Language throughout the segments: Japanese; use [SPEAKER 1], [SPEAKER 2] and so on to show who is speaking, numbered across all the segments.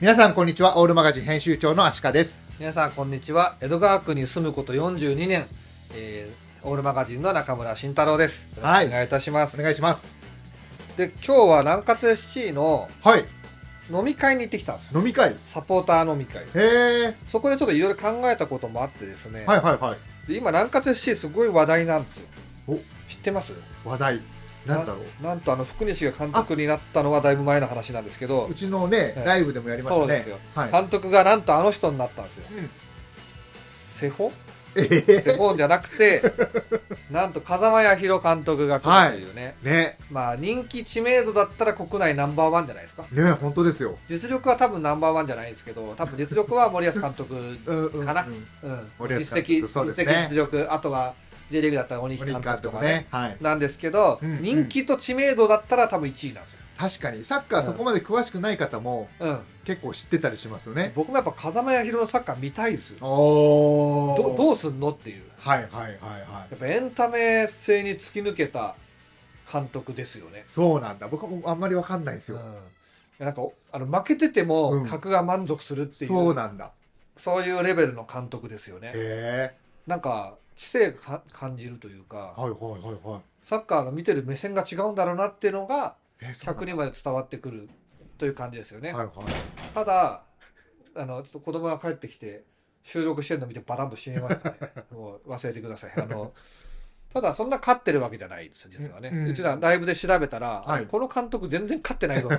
[SPEAKER 1] 皆さんこんにちはオールマガジン編集長のアシカです
[SPEAKER 2] 皆さんこんにちは江戸川区に住むこと42年、えーオールマガジンの中村慎太郎ですよろ
[SPEAKER 1] はい
[SPEAKER 2] しくお願いいたします、
[SPEAKER 1] お願いします
[SPEAKER 2] で今日は南葛 SC の
[SPEAKER 1] はい
[SPEAKER 2] 飲み会に行ってきたんですよ
[SPEAKER 1] 飲み会へ
[SPEAKER 2] サポーター飲み会
[SPEAKER 1] え
[SPEAKER 2] そこでちょっといろいろ考えたこともあってですね、
[SPEAKER 1] はいはいはい
[SPEAKER 2] で今南葛 SC すごい話題なんですよ
[SPEAKER 1] お
[SPEAKER 2] 知ってます
[SPEAKER 1] 話題なんだろう
[SPEAKER 2] なんとあの福西が監督になったのはだいぶ前の話なんですけど
[SPEAKER 1] うちのね
[SPEAKER 2] はい
[SPEAKER 1] ライブでもやりましたね
[SPEAKER 2] そうですよ
[SPEAKER 1] はい、
[SPEAKER 2] 監督がなんとあの人になったんですよ
[SPEAKER 1] うん
[SPEAKER 2] セホ
[SPEAKER 1] え
[SPEAKER 2] セ
[SPEAKER 1] ー
[SPEAKER 2] ホじゃな くてなんと風間彌弘監督が来るというね、
[SPEAKER 1] ね
[SPEAKER 2] まあ人気知名度だったら国内ナンバーワンじゃないですか
[SPEAKER 1] ね本当ですよ
[SPEAKER 2] 実力は多分ナンバーワンじゃないですけど多分実力は森保監 督、うん
[SPEAKER 1] うんうん
[SPEAKER 2] かな
[SPEAKER 1] うん森保監督
[SPEAKER 2] 実績
[SPEAKER 1] そうです
[SPEAKER 2] 実
[SPEAKER 1] ね
[SPEAKER 2] 績実力あとは J リーグだったら鬼木
[SPEAKER 1] 森
[SPEAKER 2] 監
[SPEAKER 1] 林監
[SPEAKER 2] 督
[SPEAKER 1] 督
[SPEAKER 2] とかね
[SPEAKER 1] ねはい
[SPEAKER 2] なんですけど、
[SPEAKER 1] うんうん
[SPEAKER 2] 人気と知名度だったら多分1位なんですよ、
[SPEAKER 1] 確かにサッカーそこまで詳しくない方も
[SPEAKER 2] うん、
[SPEAKER 1] 結構知ってたりしますよね
[SPEAKER 2] 僕もやっぱ風間彌弘のサッカー見たいですよ
[SPEAKER 1] お
[SPEAKER 2] どどうすんのっていう
[SPEAKER 1] はいはいはいはい
[SPEAKER 2] やっぱエンタメ性に突き抜けた監督ですよね、
[SPEAKER 1] そうなんだ僕もあんまりわかんないんです
[SPEAKER 2] うん
[SPEAKER 1] よ、、
[SPEAKER 2] なんかあの負けてて
[SPEAKER 1] う
[SPEAKER 2] も
[SPEAKER 1] ん
[SPEAKER 2] 格が満足するっていう、
[SPEAKER 1] そうなんだ
[SPEAKER 2] そういうレベルの監督ですよね。
[SPEAKER 1] へえ
[SPEAKER 2] なんか知性がか感じるというか、
[SPEAKER 1] はいはいはいはい
[SPEAKER 2] サッカーの見てる目線が違うんだろうなっていうのが
[SPEAKER 1] えそうなんだ
[SPEAKER 2] 100人まで伝わってくるという感じですよね。
[SPEAKER 1] はいはい
[SPEAKER 2] ただあのちょっと子供が帰ってきて収録してるの見てバタンと閉めま したね。もう忘れてください。あのただそんな勝ってるわけじゃないですよ実はね。
[SPEAKER 1] う
[SPEAKER 2] うんちらライブで調べたら、
[SPEAKER 1] はい
[SPEAKER 2] この監督全然勝ってない ぞ。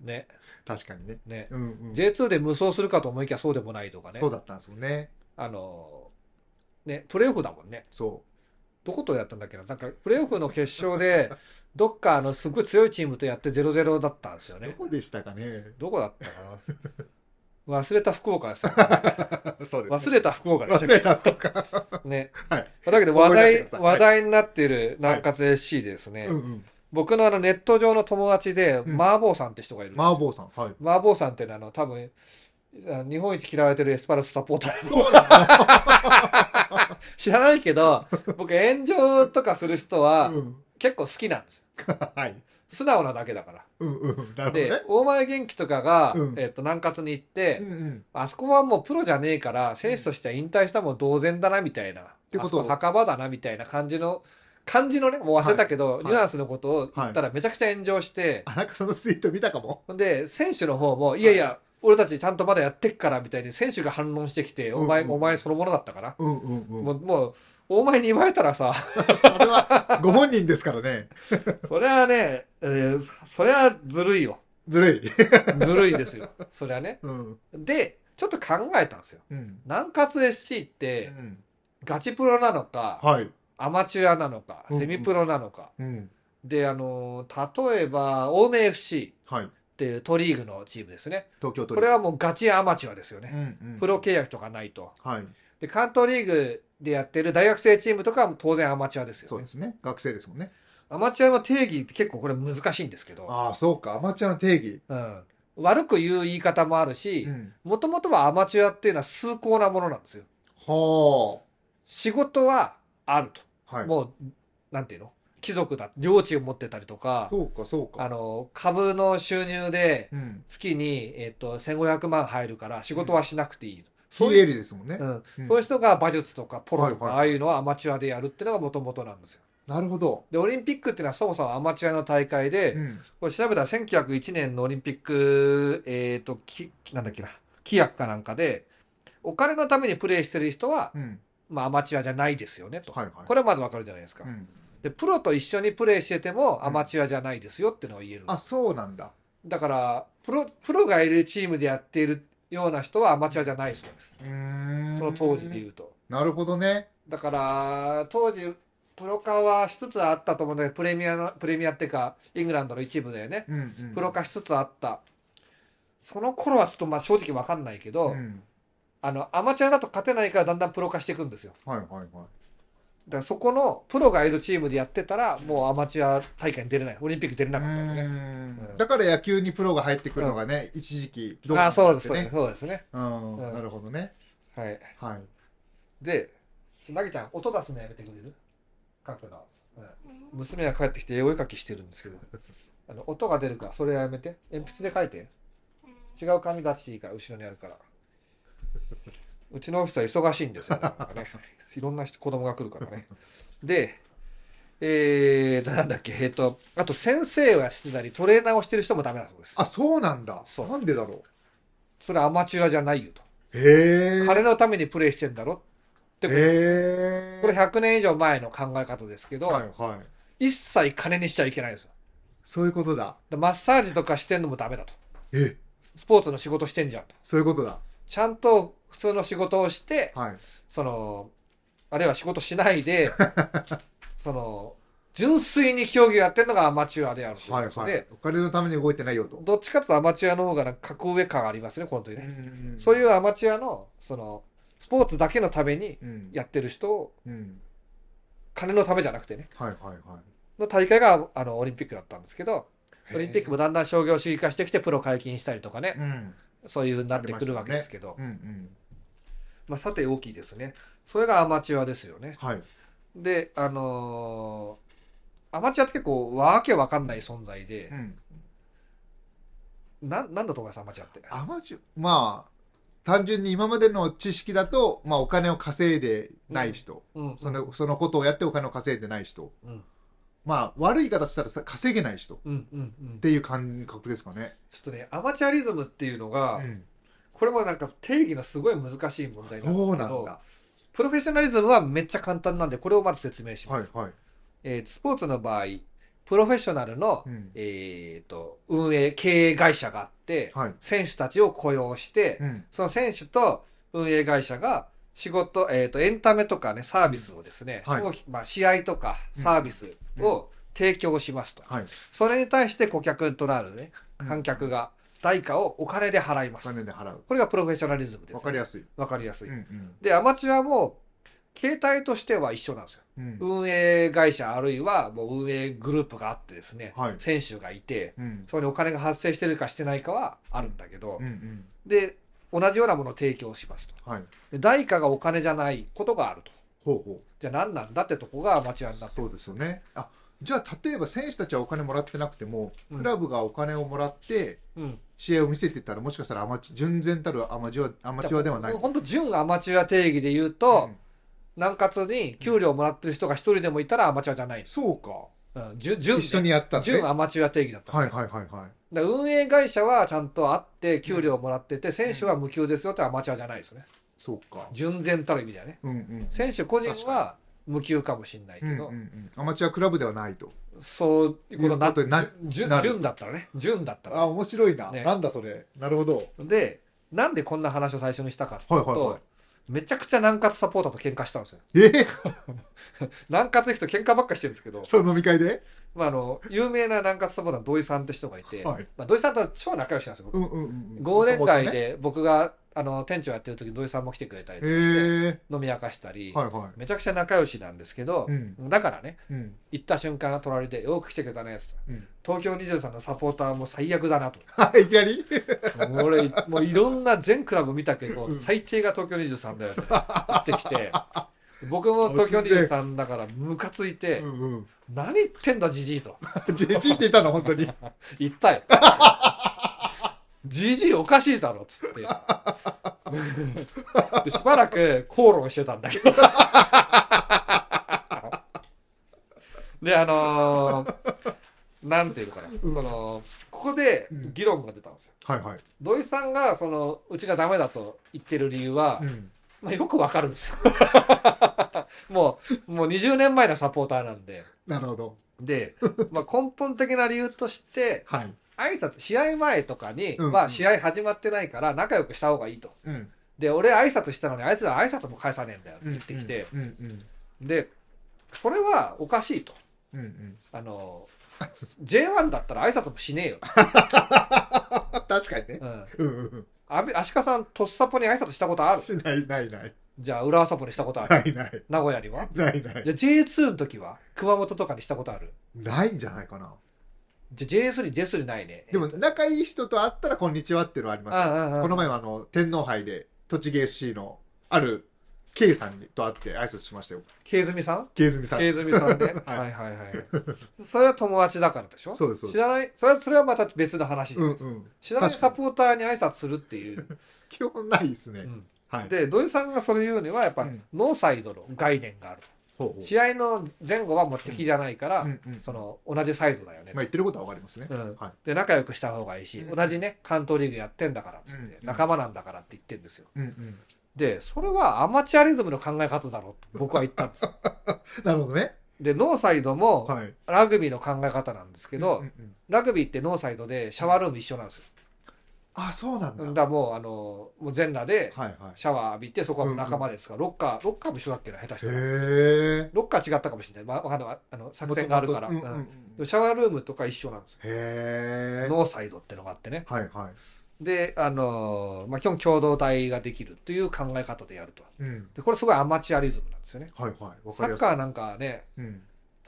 [SPEAKER 2] ね
[SPEAKER 1] 確かにね
[SPEAKER 2] ね。
[SPEAKER 1] うんうん、
[SPEAKER 2] J2 で無双するかと思いきやそうでもないとかね
[SPEAKER 1] そうだったんですよね
[SPEAKER 2] あのねプレーオフだもんね
[SPEAKER 1] そ
[SPEAKER 2] どことやったんだっけななんかプレーオフの決勝 でどっかあのすごい強いチームとやって0-0だったんですよ
[SPEAKER 1] う、
[SPEAKER 2] ね
[SPEAKER 1] どこでしたか ね
[SPEAKER 2] どこだったか な忘れた福岡ですよ
[SPEAKER 1] そうです、
[SPEAKER 2] 忘れた福岡でし
[SPEAKER 1] 忘
[SPEAKER 2] た
[SPEAKER 1] れ
[SPEAKER 2] っけ
[SPEAKER 1] たのか、
[SPEAKER 2] ね、
[SPEAKER 1] はい
[SPEAKER 2] だけど話
[SPEAKER 1] 思い出して
[SPEAKER 2] 題
[SPEAKER 1] くださいはい
[SPEAKER 2] 話題になっている南葛 SC ですね、
[SPEAKER 1] うんうん
[SPEAKER 2] 僕のあのネット上の友達で
[SPEAKER 1] うん
[SPEAKER 2] マーボーさんって人がいるんですよ
[SPEAKER 1] 麻婆さんはい
[SPEAKER 2] マーボーさんっていうのはあの多分あ日本一嫌われてるエスパルスサポーター
[SPEAKER 1] そうなんだ、
[SPEAKER 2] 知らないけど、僕炎上とかする人は
[SPEAKER 1] うん、
[SPEAKER 2] 結構好きなんですよ。
[SPEAKER 1] はい
[SPEAKER 2] 素直なだけだから。
[SPEAKER 1] うんうんなるほどね
[SPEAKER 2] で、大前元気とかが、
[SPEAKER 1] うん
[SPEAKER 2] えっと、南葛に行って、
[SPEAKER 1] うんうん
[SPEAKER 2] あそこはもうプロじゃねえから、選手としては引退したもん同然だな、みたいな。
[SPEAKER 1] てこと
[SPEAKER 2] あそこ墓場だな、みたいな感じの、感じのね、もう忘れたけど、
[SPEAKER 1] い
[SPEAKER 2] ニュアンスのことを言ったらめちゃくちゃ炎上して、
[SPEAKER 1] あなんかそのツイート見たかも
[SPEAKER 2] ほんで、選手の方も、いやいや、俺たちちゃんとまだやってっから、みたいに選手が反論してきて、
[SPEAKER 1] うんうん
[SPEAKER 2] お前、お前そのものだったから。
[SPEAKER 1] うんうんうん
[SPEAKER 2] もう、もう、お前に言われたら さ、
[SPEAKER 1] それはご本人ですからね
[SPEAKER 2] それはね、えーそれはずるいよ。
[SPEAKER 1] ずる い、
[SPEAKER 2] ずるいですよ。それはね。
[SPEAKER 1] うん
[SPEAKER 2] で、ちょっと考えたんですよ。
[SPEAKER 1] うん
[SPEAKER 2] 南葛 SC って、ガチプロなのか、
[SPEAKER 1] はい、
[SPEAKER 2] アマチュアなのか、
[SPEAKER 1] うんうん
[SPEAKER 2] セミプロなのか。
[SPEAKER 1] うん、
[SPEAKER 2] で、あのー例えば、青梅 FC
[SPEAKER 1] はい
[SPEAKER 2] っていう都リーグのチームですね。
[SPEAKER 1] 東京都
[SPEAKER 2] これはもうガチアマチュアですよ
[SPEAKER 1] う
[SPEAKER 2] ね。
[SPEAKER 1] んうん、
[SPEAKER 2] プロ契約とかないと。
[SPEAKER 1] はい
[SPEAKER 2] で、関東リーグでやってる大学生チームとかは当然アマチュアです
[SPEAKER 1] そ
[SPEAKER 2] よ
[SPEAKER 1] う
[SPEAKER 2] ね
[SPEAKER 1] で。すね学生ですもんね
[SPEAKER 2] アマチュアの定義って結構これ難しいんですけど、
[SPEAKER 1] ああそうかアマチュアの定義、
[SPEAKER 2] うん。悪く言う言い方もあるし、
[SPEAKER 1] ん、
[SPEAKER 2] もともとはアマチュアっていうのは崇高なものなんですよ。
[SPEAKER 1] は
[SPEAKER 2] 仕事はあると。
[SPEAKER 1] あはい
[SPEAKER 2] もう、なんていうの貴族だ。領地を持ってたりとか、
[SPEAKER 1] そうかそうか
[SPEAKER 2] あの、株の収入で
[SPEAKER 1] うん
[SPEAKER 2] 月に、えっと、1500万入るから仕事はしなくていいと。
[SPEAKER 1] そう
[SPEAKER 2] そう
[SPEAKER 1] い
[SPEAKER 2] いうう、
[SPEAKER 1] 理ですもんね、
[SPEAKER 2] うん
[SPEAKER 1] うん
[SPEAKER 2] そういう人が馬術とかポロと
[SPEAKER 1] はい
[SPEAKER 2] か、
[SPEAKER 1] はい
[SPEAKER 2] ああいうのはアマチュアでやるっていうのがもともとなんですよ。
[SPEAKER 1] なるほど、
[SPEAKER 2] で、オリンピックっていうのはそもそもアマチュアの大会で、
[SPEAKER 1] うん
[SPEAKER 2] これ調べたら1901年のオリンピック、えっ、と、き、なんだっけな、規約かなんかで、お金のためにプレーしてる人は、
[SPEAKER 1] うん、
[SPEAKER 2] まあアマチュアじゃないですよねと。
[SPEAKER 1] はいはい
[SPEAKER 2] これはまずわかるじゃないですか。
[SPEAKER 1] うん
[SPEAKER 2] で、プロと一緒にプレーしてても
[SPEAKER 1] ん
[SPEAKER 2] アマチュアじゃないですよっていうのは言える。
[SPEAKER 1] あそうなんだ
[SPEAKER 2] だから、プロ、プロがいるチームでやっているような人はアマチュアじゃないそうです。
[SPEAKER 1] うーん
[SPEAKER 2] その当時で言うと。
[SPEAKER 1] なるほどね
[SPEAKER 2] だから、当時、プロ化はしつつあったと思うんだけど、プレミアの、プレミアっていうか、イングランドの一部だよね。
[SPEAKER 1] うん、
[SPEAKER 2] プロ化しつつあった。その頃はちょっとまあ正直わかんないけど、
[SPEAKER 1] うん、
[SPEAKER 2] あの、アマチュアだと勝てないからだんだんプロ化していくんですよ。
[SPEAKER 1] はいはいはい
[SPEAKER 2] だからそこのプロがいるチームでやってたらもうアマチュア大会に出れないオリンピック出れなかったんで
[SPEAKER 1] う
[SPEAKER 2] ね
[SPEAKER 1] ー
[SPEAKER 2] うんん
[SPEAKER 1] だから野球にプロが入ってくるのがね、一時期ど
[SPEAKER 2] ああそうですそうです
[SPEAKER 1] ね
[SPEAKER 2] そうですね
[SPEAKER 1] うん、
[SPEAKER 2] うん
[SPEAKER 1] なるほどね
[SPEAKER 2] はい
[SPEAKER 1] はい
[SPEAKER 2] でなぎちゃん音出すのやめてくれる書くの、うん娘が帰 ってきて絵を絵描きしてるんですけどあの音が出るからそれやめて鉛筆で書いて違う髪型していいから後ろにあるからうちのオフィスは忙しいんですよ、なんか ね、いろんな人子供が来るからねでえー、となんだっけえっ、とあと先生はしてたりトレーナーをしてる人もダメだそうです
[SPEAKER 1] あそうなんだ
[SPEAKER 2] そう
[SPEAKER 1] なんでだろ
[SPEAKER 2] それはアマチュアじゃないよと
[SPEAKER 1] うへえ
[SPEAKER 2] 金のためにプレイしてんだろってことです
[SPEAKER 1] へえ
[SPEAKER 2] これ100年以上前の考え方ですけど、
[SPEAKER 1] はいはい
[SPEAKER 2] 一切金にしちゃいけないんですよ
[SPEAKER 1] そういうことだ
[SPEAKER 2] でマッサージとかしてんのもダメだと
[SPEAKER 1] え
[SPEAKER 2] スポーツの仕事してんじゃんと
[SPEAKER 1] そういうことだ
[SPEAKER 2] ちゃんと普通の仕事をして
[SPEAKER 1] はい
[SPEAKER 2] そのあるいは仕事しな いでその純粋に競技をやってるのがアマチュアであると
[SPEAKER 1] はいいう
[SPEAKER 2] こと
[SPEAKER 1] は
[SPEAKER 2] で、
[SPEAKER 1] いお金のために動いてないよと
[SPEAKER 2] どっちかというとアマチュアの方がなんか格上感ありますね本当にね、そう
[SPEAKER 1] い
[SPEAKER 2] いうアマチュアのそのスポーツだけのために
[SPEAKER 1] うん
[SPEAKER 2] やってる人を
[SPEAKER 1] うん
[SPEAKER 2] 金のためじゃなくてね
[SPEAKER 1] はいはいはい
[SPEAKER 2] の大会があのオリンピックだったんですけど
[SPEAKER 1] へー
[SPEAKER 2] オリンピックもだんだん商業主義化してきてプロ解禁したりとかね、
[SPEAKER 1] うん
[SPEAKER 2] そういうふうになってくるわけですけど
[SPEAKER 1] うんうん
[SPEAKER 2] まあ、さて大きいですねそれがアマチュアですよね
[SPEAKER 1] はい
[SPEAKER 2] であのーアマチュアって結構わけわかんない存在で
[SPEAKER 1] う、ん
[SPEAKER 2] ななんだと思いますアマチュアって
[SPEAKER 1] アマチュアまあ単純に今までの知識だと、まあ、お金を稼いでない人、
[SPEAKER 2] うん
[SPEAKER 1] そのそのことをやってお金を稼いでない人
[SPEAKER 2] うん
[SPEAKER 1] まあ悪い言い方したらさ稼げない人っ
[SPEAKER 2] うんうんうん
[SPEAKER 1] ていう感覚ですかね。
[SPEAKER 2] ちょっとねアマチュアリズムっていうのが、
[SPEAKER 1] うん
[SPEAKER 2] これもなんか定義のすごい難しい問題なんで
[SPEAKER 1] そう
[SPEAKER 2] すけ
[SPEAKER 1] なん
[SPEAKER 2] ど
[SPEAKER 1] だ。
[SPEAKER 2] プロフェッショナリズムはめっちゃ簡単なんでこれをまず説明します、
[SPEAKER 1] はいはい。
[SPEAKER 2] えースポーツの場合プロフェッショナルの、
[SPEAKER 1] うん
[SPEAKER 2] えー、と運営経営会社があって、
[SPEAKER 1] はい。
[SPEAKER 2] 選手たちを雇用して、
[SPEAKER 1] うん
[SPEAKER 2] その選手と運営会社が仕事、えー、とエンタメとかねサービスをですね、
[SPEAKER 1] はい
[SPEAKER 2] 商品まあ、試合とか
[SPEAKER 1] うん
[SPEAKER 2] サービスを提供しますと、
[SPEAKER 1] はい。
[SPEAKER 2] それに対して顧客となるね
[SPEAKER 1] うん
[SPEAKER 2] 観客が代価をお金で払いま
[SPEAKER 1] お
[SPEAKER 2] す、
[SPEAKER 1] 金で払う。
[SPEAKER 2] これがプロフェッショナリズムです、
[SPEAKER 1] わかり
[SPEAKER 2] や
[SPEAKER 1] やすい。
[SPEAKER 2] わかりやすい、
[SPEAKER 1] うんうん
[SPEAKER 2] でアマチュアも形態としては一緒なんですよ
[SPEAKER 1] うん
[SPEAKER 2] 運営会社あるいはもう運営グループがあってですね、
[SPEAKER 1] はい
[SPEAKER 2] 選手がいて
[SPEAKER 1] うん
[SPEAKER 2] そこにお金が発生してるかしてないかはあるんだけど、
[SPEAKER 1] うんうん
[SPEAKER 2] で同じようなものを提供しますと
[SPEAKER 1] はい。
[SPEAKER 2] で代価がお金じゃないことがあると
[SPEAKER 1] ほうほ
[SPEAKER 2] じゃあ何なんだってとこがアマチュアにな
[SPEAKER 1] う。
[SPEAKER 2] って
[SPEAKER 1] そうですよね。あじゃあ例えば選手たちはお金もらってなくても
[SPEAKER 2] うん
[SPEAKER 1] クラブがお金をもらって
[SPEAKER 2] うん
[SPEAKER 1] 試合を見せてたらもしかしたらアマチュ純然たるアマチュアアマチュアではない。
[SPEAKER 2] 本当純アマチュア定義で言うと、南葛に給料もらってる人が一人でもいたらアマチュアじゃないんです、
[SPEAKER 1] そうか。
[SPEAKER 2] うん、純純ね
[SPEAKER 1] 一緒にやったんで。
[SPEAKER 2] 純
[SPEAKER 1] は
[SPEAKER 2] アマチュア定義だったんです
[SPEAKER 1] いはいはいはい。
[SPEAKER 2] だから運営会社はちゃんとあって給料もらってて選手は無給ですよってアマチュアじゃないですよね
[SPEAKER 1] そうか。
[SPEAKER 2] 純然たる意味だよね
[SPEAKER 1] うんうん。
[SPEAKER 2] 選手個人は無給かもしれないけ
[SPEAKER 1] うんうん
[SPEAKER 2] ど、
[SPEAKER 1] うんアマチュアクラブではないと。
[SPEAKER 2] そういうことになって
[SPEAKER 1] いうことにな
[SPEAKER 2] 純
[SPEAKER 1] なる
[SPEAKER 2] 純だったらね純だったら
[SPEAKER 1] あ面白いな、
[SPEAKER 2] ね
[SPEAKER 1] なんだそれなるほど
[SPEAKER 2] でなんでこんな話を最初にしたかっていうと、
[SPEAKER 1] はいはいはい
[SPEAKER 2] めちゃくちゃ南葛サポーターと喧嘩したんですよ
[SPEAKER 1] え
[SPEAKER 2] 南葛行くと喧嘩ばっかしてるんですけど、
[SPEAKER 1] その飲み会で
[SPEAKER 2] まあ、あの有名な南葛サポーターの土井さんって人がいて、
[SPEAKER 1] はい
[SPEAKER 2] まあ、土井さんとは超仲良しなんですよ僕
[SPEAKER 1] うんうんうん
[SPEAKER 2] 忘年会
[SPEAKER 1] へ
[SPEAKER 2] で僕があの店長やってる時土井さんも来てくれたりとかして
[SPEAKER 1] え
[SPEAKER 2] 飲み明かしたり、
[SPEAKER 1] はいは
[SPEAKER 2] めちゃくちゃ仲良しなんですけど
[SPEAKER 1] い、うん
[SPEAKER 2] だからね
[SPEAKER 1] うん
[SPEAKER 2] 行った瞬間隣で「よく来てくれたね」っつって
[SPEAKER 1] うん
[SPEAKER 2] 東京23のサポーターも最悪だなと
[SPEAKER 1] はいいきなり
[SPEAKER 2] もう俺もういろんな全クラブ見たけど、
[SPEAKER 1] うん
[SPEAKER 2] 最低が東京23だよって言ってき て僕も東京23だからムカついて「
[SPEAKER 1] うんうん
[SPEAKER 2] 何言ってんだじじい」と
[SPEAKER 1] じじいって言ったの本当に
[SPEAKER 2] 言ったよ。じじいおかしいだろっつってでしばらく口論してたんだけどであのーなんていうのかな、
[SPEAKER 1] うん
[SPEAKER 2] そのここで議論が出たんですよ
[SPEAKER 1] はいはい、
[SPEAKER 2] 土井さんがそのうちがダメだと言ってる理由は、
[SPEAKER 1] うん、
[SPEAKER 2] まあ、よくわかるんですよ もうもう20年前のサポーターなんで
[SPEAKER 1] なるほど
[SPEAKER 2] で、まあ、根本的な理由として
[SPEAKER 1] はい
[SPEAKER 2] 挨拶試合前とかに
[SPEAKER 1] うん
[SPEAKER 2] は
[SPEAKER 1] うん
[SPEAKER 2] 試合始まってないから仲良くした方がいいと。
[SPEAKER 1] うん
[SPEAKER 2] で俺挨拶したのにあいつら挨拶も返さねえんだよって
[SPEAKER 1] うん
[SPEAKER 2] 言ってきて、
[SPEAKER 1] うんうん
[SPEAKER 2] でそれはおかしいと。
[SPEAKER 1] うんうん
[SPEAKER 2] あの J1 だったら挨拶もしねえよ。
[SPEAKER 1] あ確かにね
[SPEAKER 2] うん、
[SPEAKER 1] うんうん
[SPEAKER 2] あび足利さんとっさぽに挨拶したことあ
[SPEAKER 1] うん
[SPEAKER 2] る
[SPEAKER 1] しないないない
[SPEAKER 2] じゃあ浦和サポにしたことある
[SPEAKER 1] ないない
[SPEAKER 2] 名古屋には
[SPEAKER 1] ないない
[SPEAKER 2] じゃあ J2 の時は熊本とかにしたことある
[SPEAKER 1] ないんじゃないかな
[SPEAKER 2] じゃあ J3 J3 ないね
[SPEAKER 1] でも仲いい人と会ったら「こんにちは」っていうのはあります
[SPEAKER 2] ああああ
[SPEAKER 1] この前はあの天皇杯で栃木 SC のある K さんと会って挨拶しましたよ。
[SPEAKER 2] 慶住さん
[SPEAKER 1] K ズミさん。
[SPEAKER 2] 慶住さ んで、はい、はいはいはいそれは友達だからでしょ
[SPEAKER 1] そうですそう
[SPEAKER 2] 知
[SPEAKER 1] です。
[SPEAKER 2] らないそれはそれはまた別の話じゃ
[SPEAKER 1] う
[SPEAKER 2] なんいうですか、
[SPEAKER 1] ん。
[SPEAKER 2] 知らない
[SPEAKER 1] 確か
[SPEAKER 2] サ
[SPEAKER 1] に
[SPEAKER 2] ポーターに挨拶するっていう、
[SPEAKER 1] 基本ないですね。
[SPEAKER 2] うん
[SPEAKER 1] はい。
[SPEAKER 2] で土井さんがそれ言うにはやっぱ、
[SPEAKER 1] うん
[SPEAKER 2] ノーサイドの概念がある
[SPEAKER 1] ほうほう
[SPEAKER 2] 試合の前後はもう敵じゃないから、
[SPEAKER 1] うんうん
[SPEAKER 2] その同じサイドだよね、
[SPEAKER 1] まあ言ってることはわかりますね。
[SPEAKER 2] うん
[SPEAKER 1] はい。
[SPEAKER 2] で仲良くした方がいいし、
[SPEAKER 1] うん
[SPEAKER 2] 同じね関東リーグやってんだからっつって、
[SPEAKER 1] うん
[SPEAKER 2] 仲間なんだからって言ってんですよ
[SPEAKER 1] うんうん。
[SPEAKER 2] でそれはアマチュアリズムの考え方だろと僕は言ったんです よ
[SPEAKER 1] なるほどね。
[SPEAKER 2] でノーサイドも
[SPEAKER 1] はい。
[SPEAKER 2] ラグビーの考え方なんですけ
[SPEAKER 1] うん
[SPEAKER 2] ど、
[SPEAKER 1] うんうん
[SPEAKER 2] ラグビーってノーサイドでシャワールーム一緒なんですよ、
[SPEAKER 1] あ、そうなんだ。
[SPEAKER 2] だからもうあのもう全裸で
[SPEAKER 1] はいはい。
[SPEAKER 2] シャワー浴びてそこは仲間ですから、ロッカーロッカーも一緒だっけな下手したら
[SPEAKER 1] へえ。
[SPEAKER 2] ロッカー違ったかもしれない、まあ、わかんないあの作戦があるから、
[SPEAKER 1] うんうんう
[SPEAKER 2] うん
[SPEAKER 1] ん
[SPEAKER 2] でもシャワールームとか一緒なんですよ
[SPEAKER 1] へえ。
[SPEAKER 2] ノーサイドってのがあってね
[SPEAKER 1] はいは
[SPEAKER 2] であのーまあ、基本共同体ができるという考え方でやると
[SPEAKER 1] い。うん。
[SPEAKER 2] でこれすごいアマチュアリズムなんですよね
[SPEAKER 1] はいはい。わ
[SPEAKER 2] サ
[SPEAKER 1] かり
[SPEAKER 2] ッ
[SPEAKER 1] やすい。
[SPEAKER 2] カーなんかね
[SPEAKER 1] うん。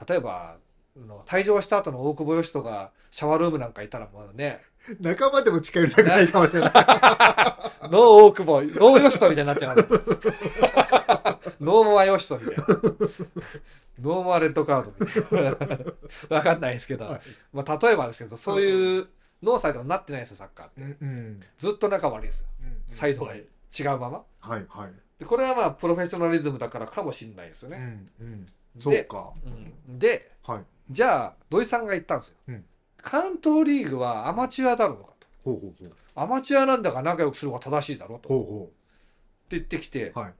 [SPEAKER 2] 例えばあの退場した後の大久保嘉人がシャワールームなんかいたらもうね
[SPEAKER 1] 仲間でも近寄りたくないかもしれない。
[SPEAKER 2] ノー大久保、ノーヨシトみたいになってな かった。ノーモアヨシトみたいな。ノーモアレッドカードみたいな。わかんないですけど、
[SPEAKER 1] はい
[SPEAKER 2] まあ、例えばですけど、そういうノーサイドになってないですよ、サッカーって。
[SPEAKER 1] うんうん。
[SPEAKER 2] ずっと仲悪いですよ。サイドが違うまま。
[SPEAKER 1] はいはい。
[SPEAKER 2] でこれはまあ、プロフェッショナリズムだからかもしれないですよ
[SPEAKER 1] う
[SPEAKER 2] ね。
[SPEAKER 1] んうん。そうか。
[SPEAKER 2] うんで、
[SPEAKER 1] はい。
[SPEAKER 2] じゃあ、土井さんが言ったんですよ。
[SPEAKER 1] うん
[SPEAKER 2] 関東リーグはアマチュアだろうかと。
[SPEAKER 1] ほうほうほう。
[SPEAKER 2] アマチュアなんだから仲良くする方が正しいだろうと。
[SPEAKER 1] ほ
[SPEAKER 2] っ
[SPEAKER 1] うほ
[SPEAKER 2] て言ってきて
[SPEAKER 1] う。、はい。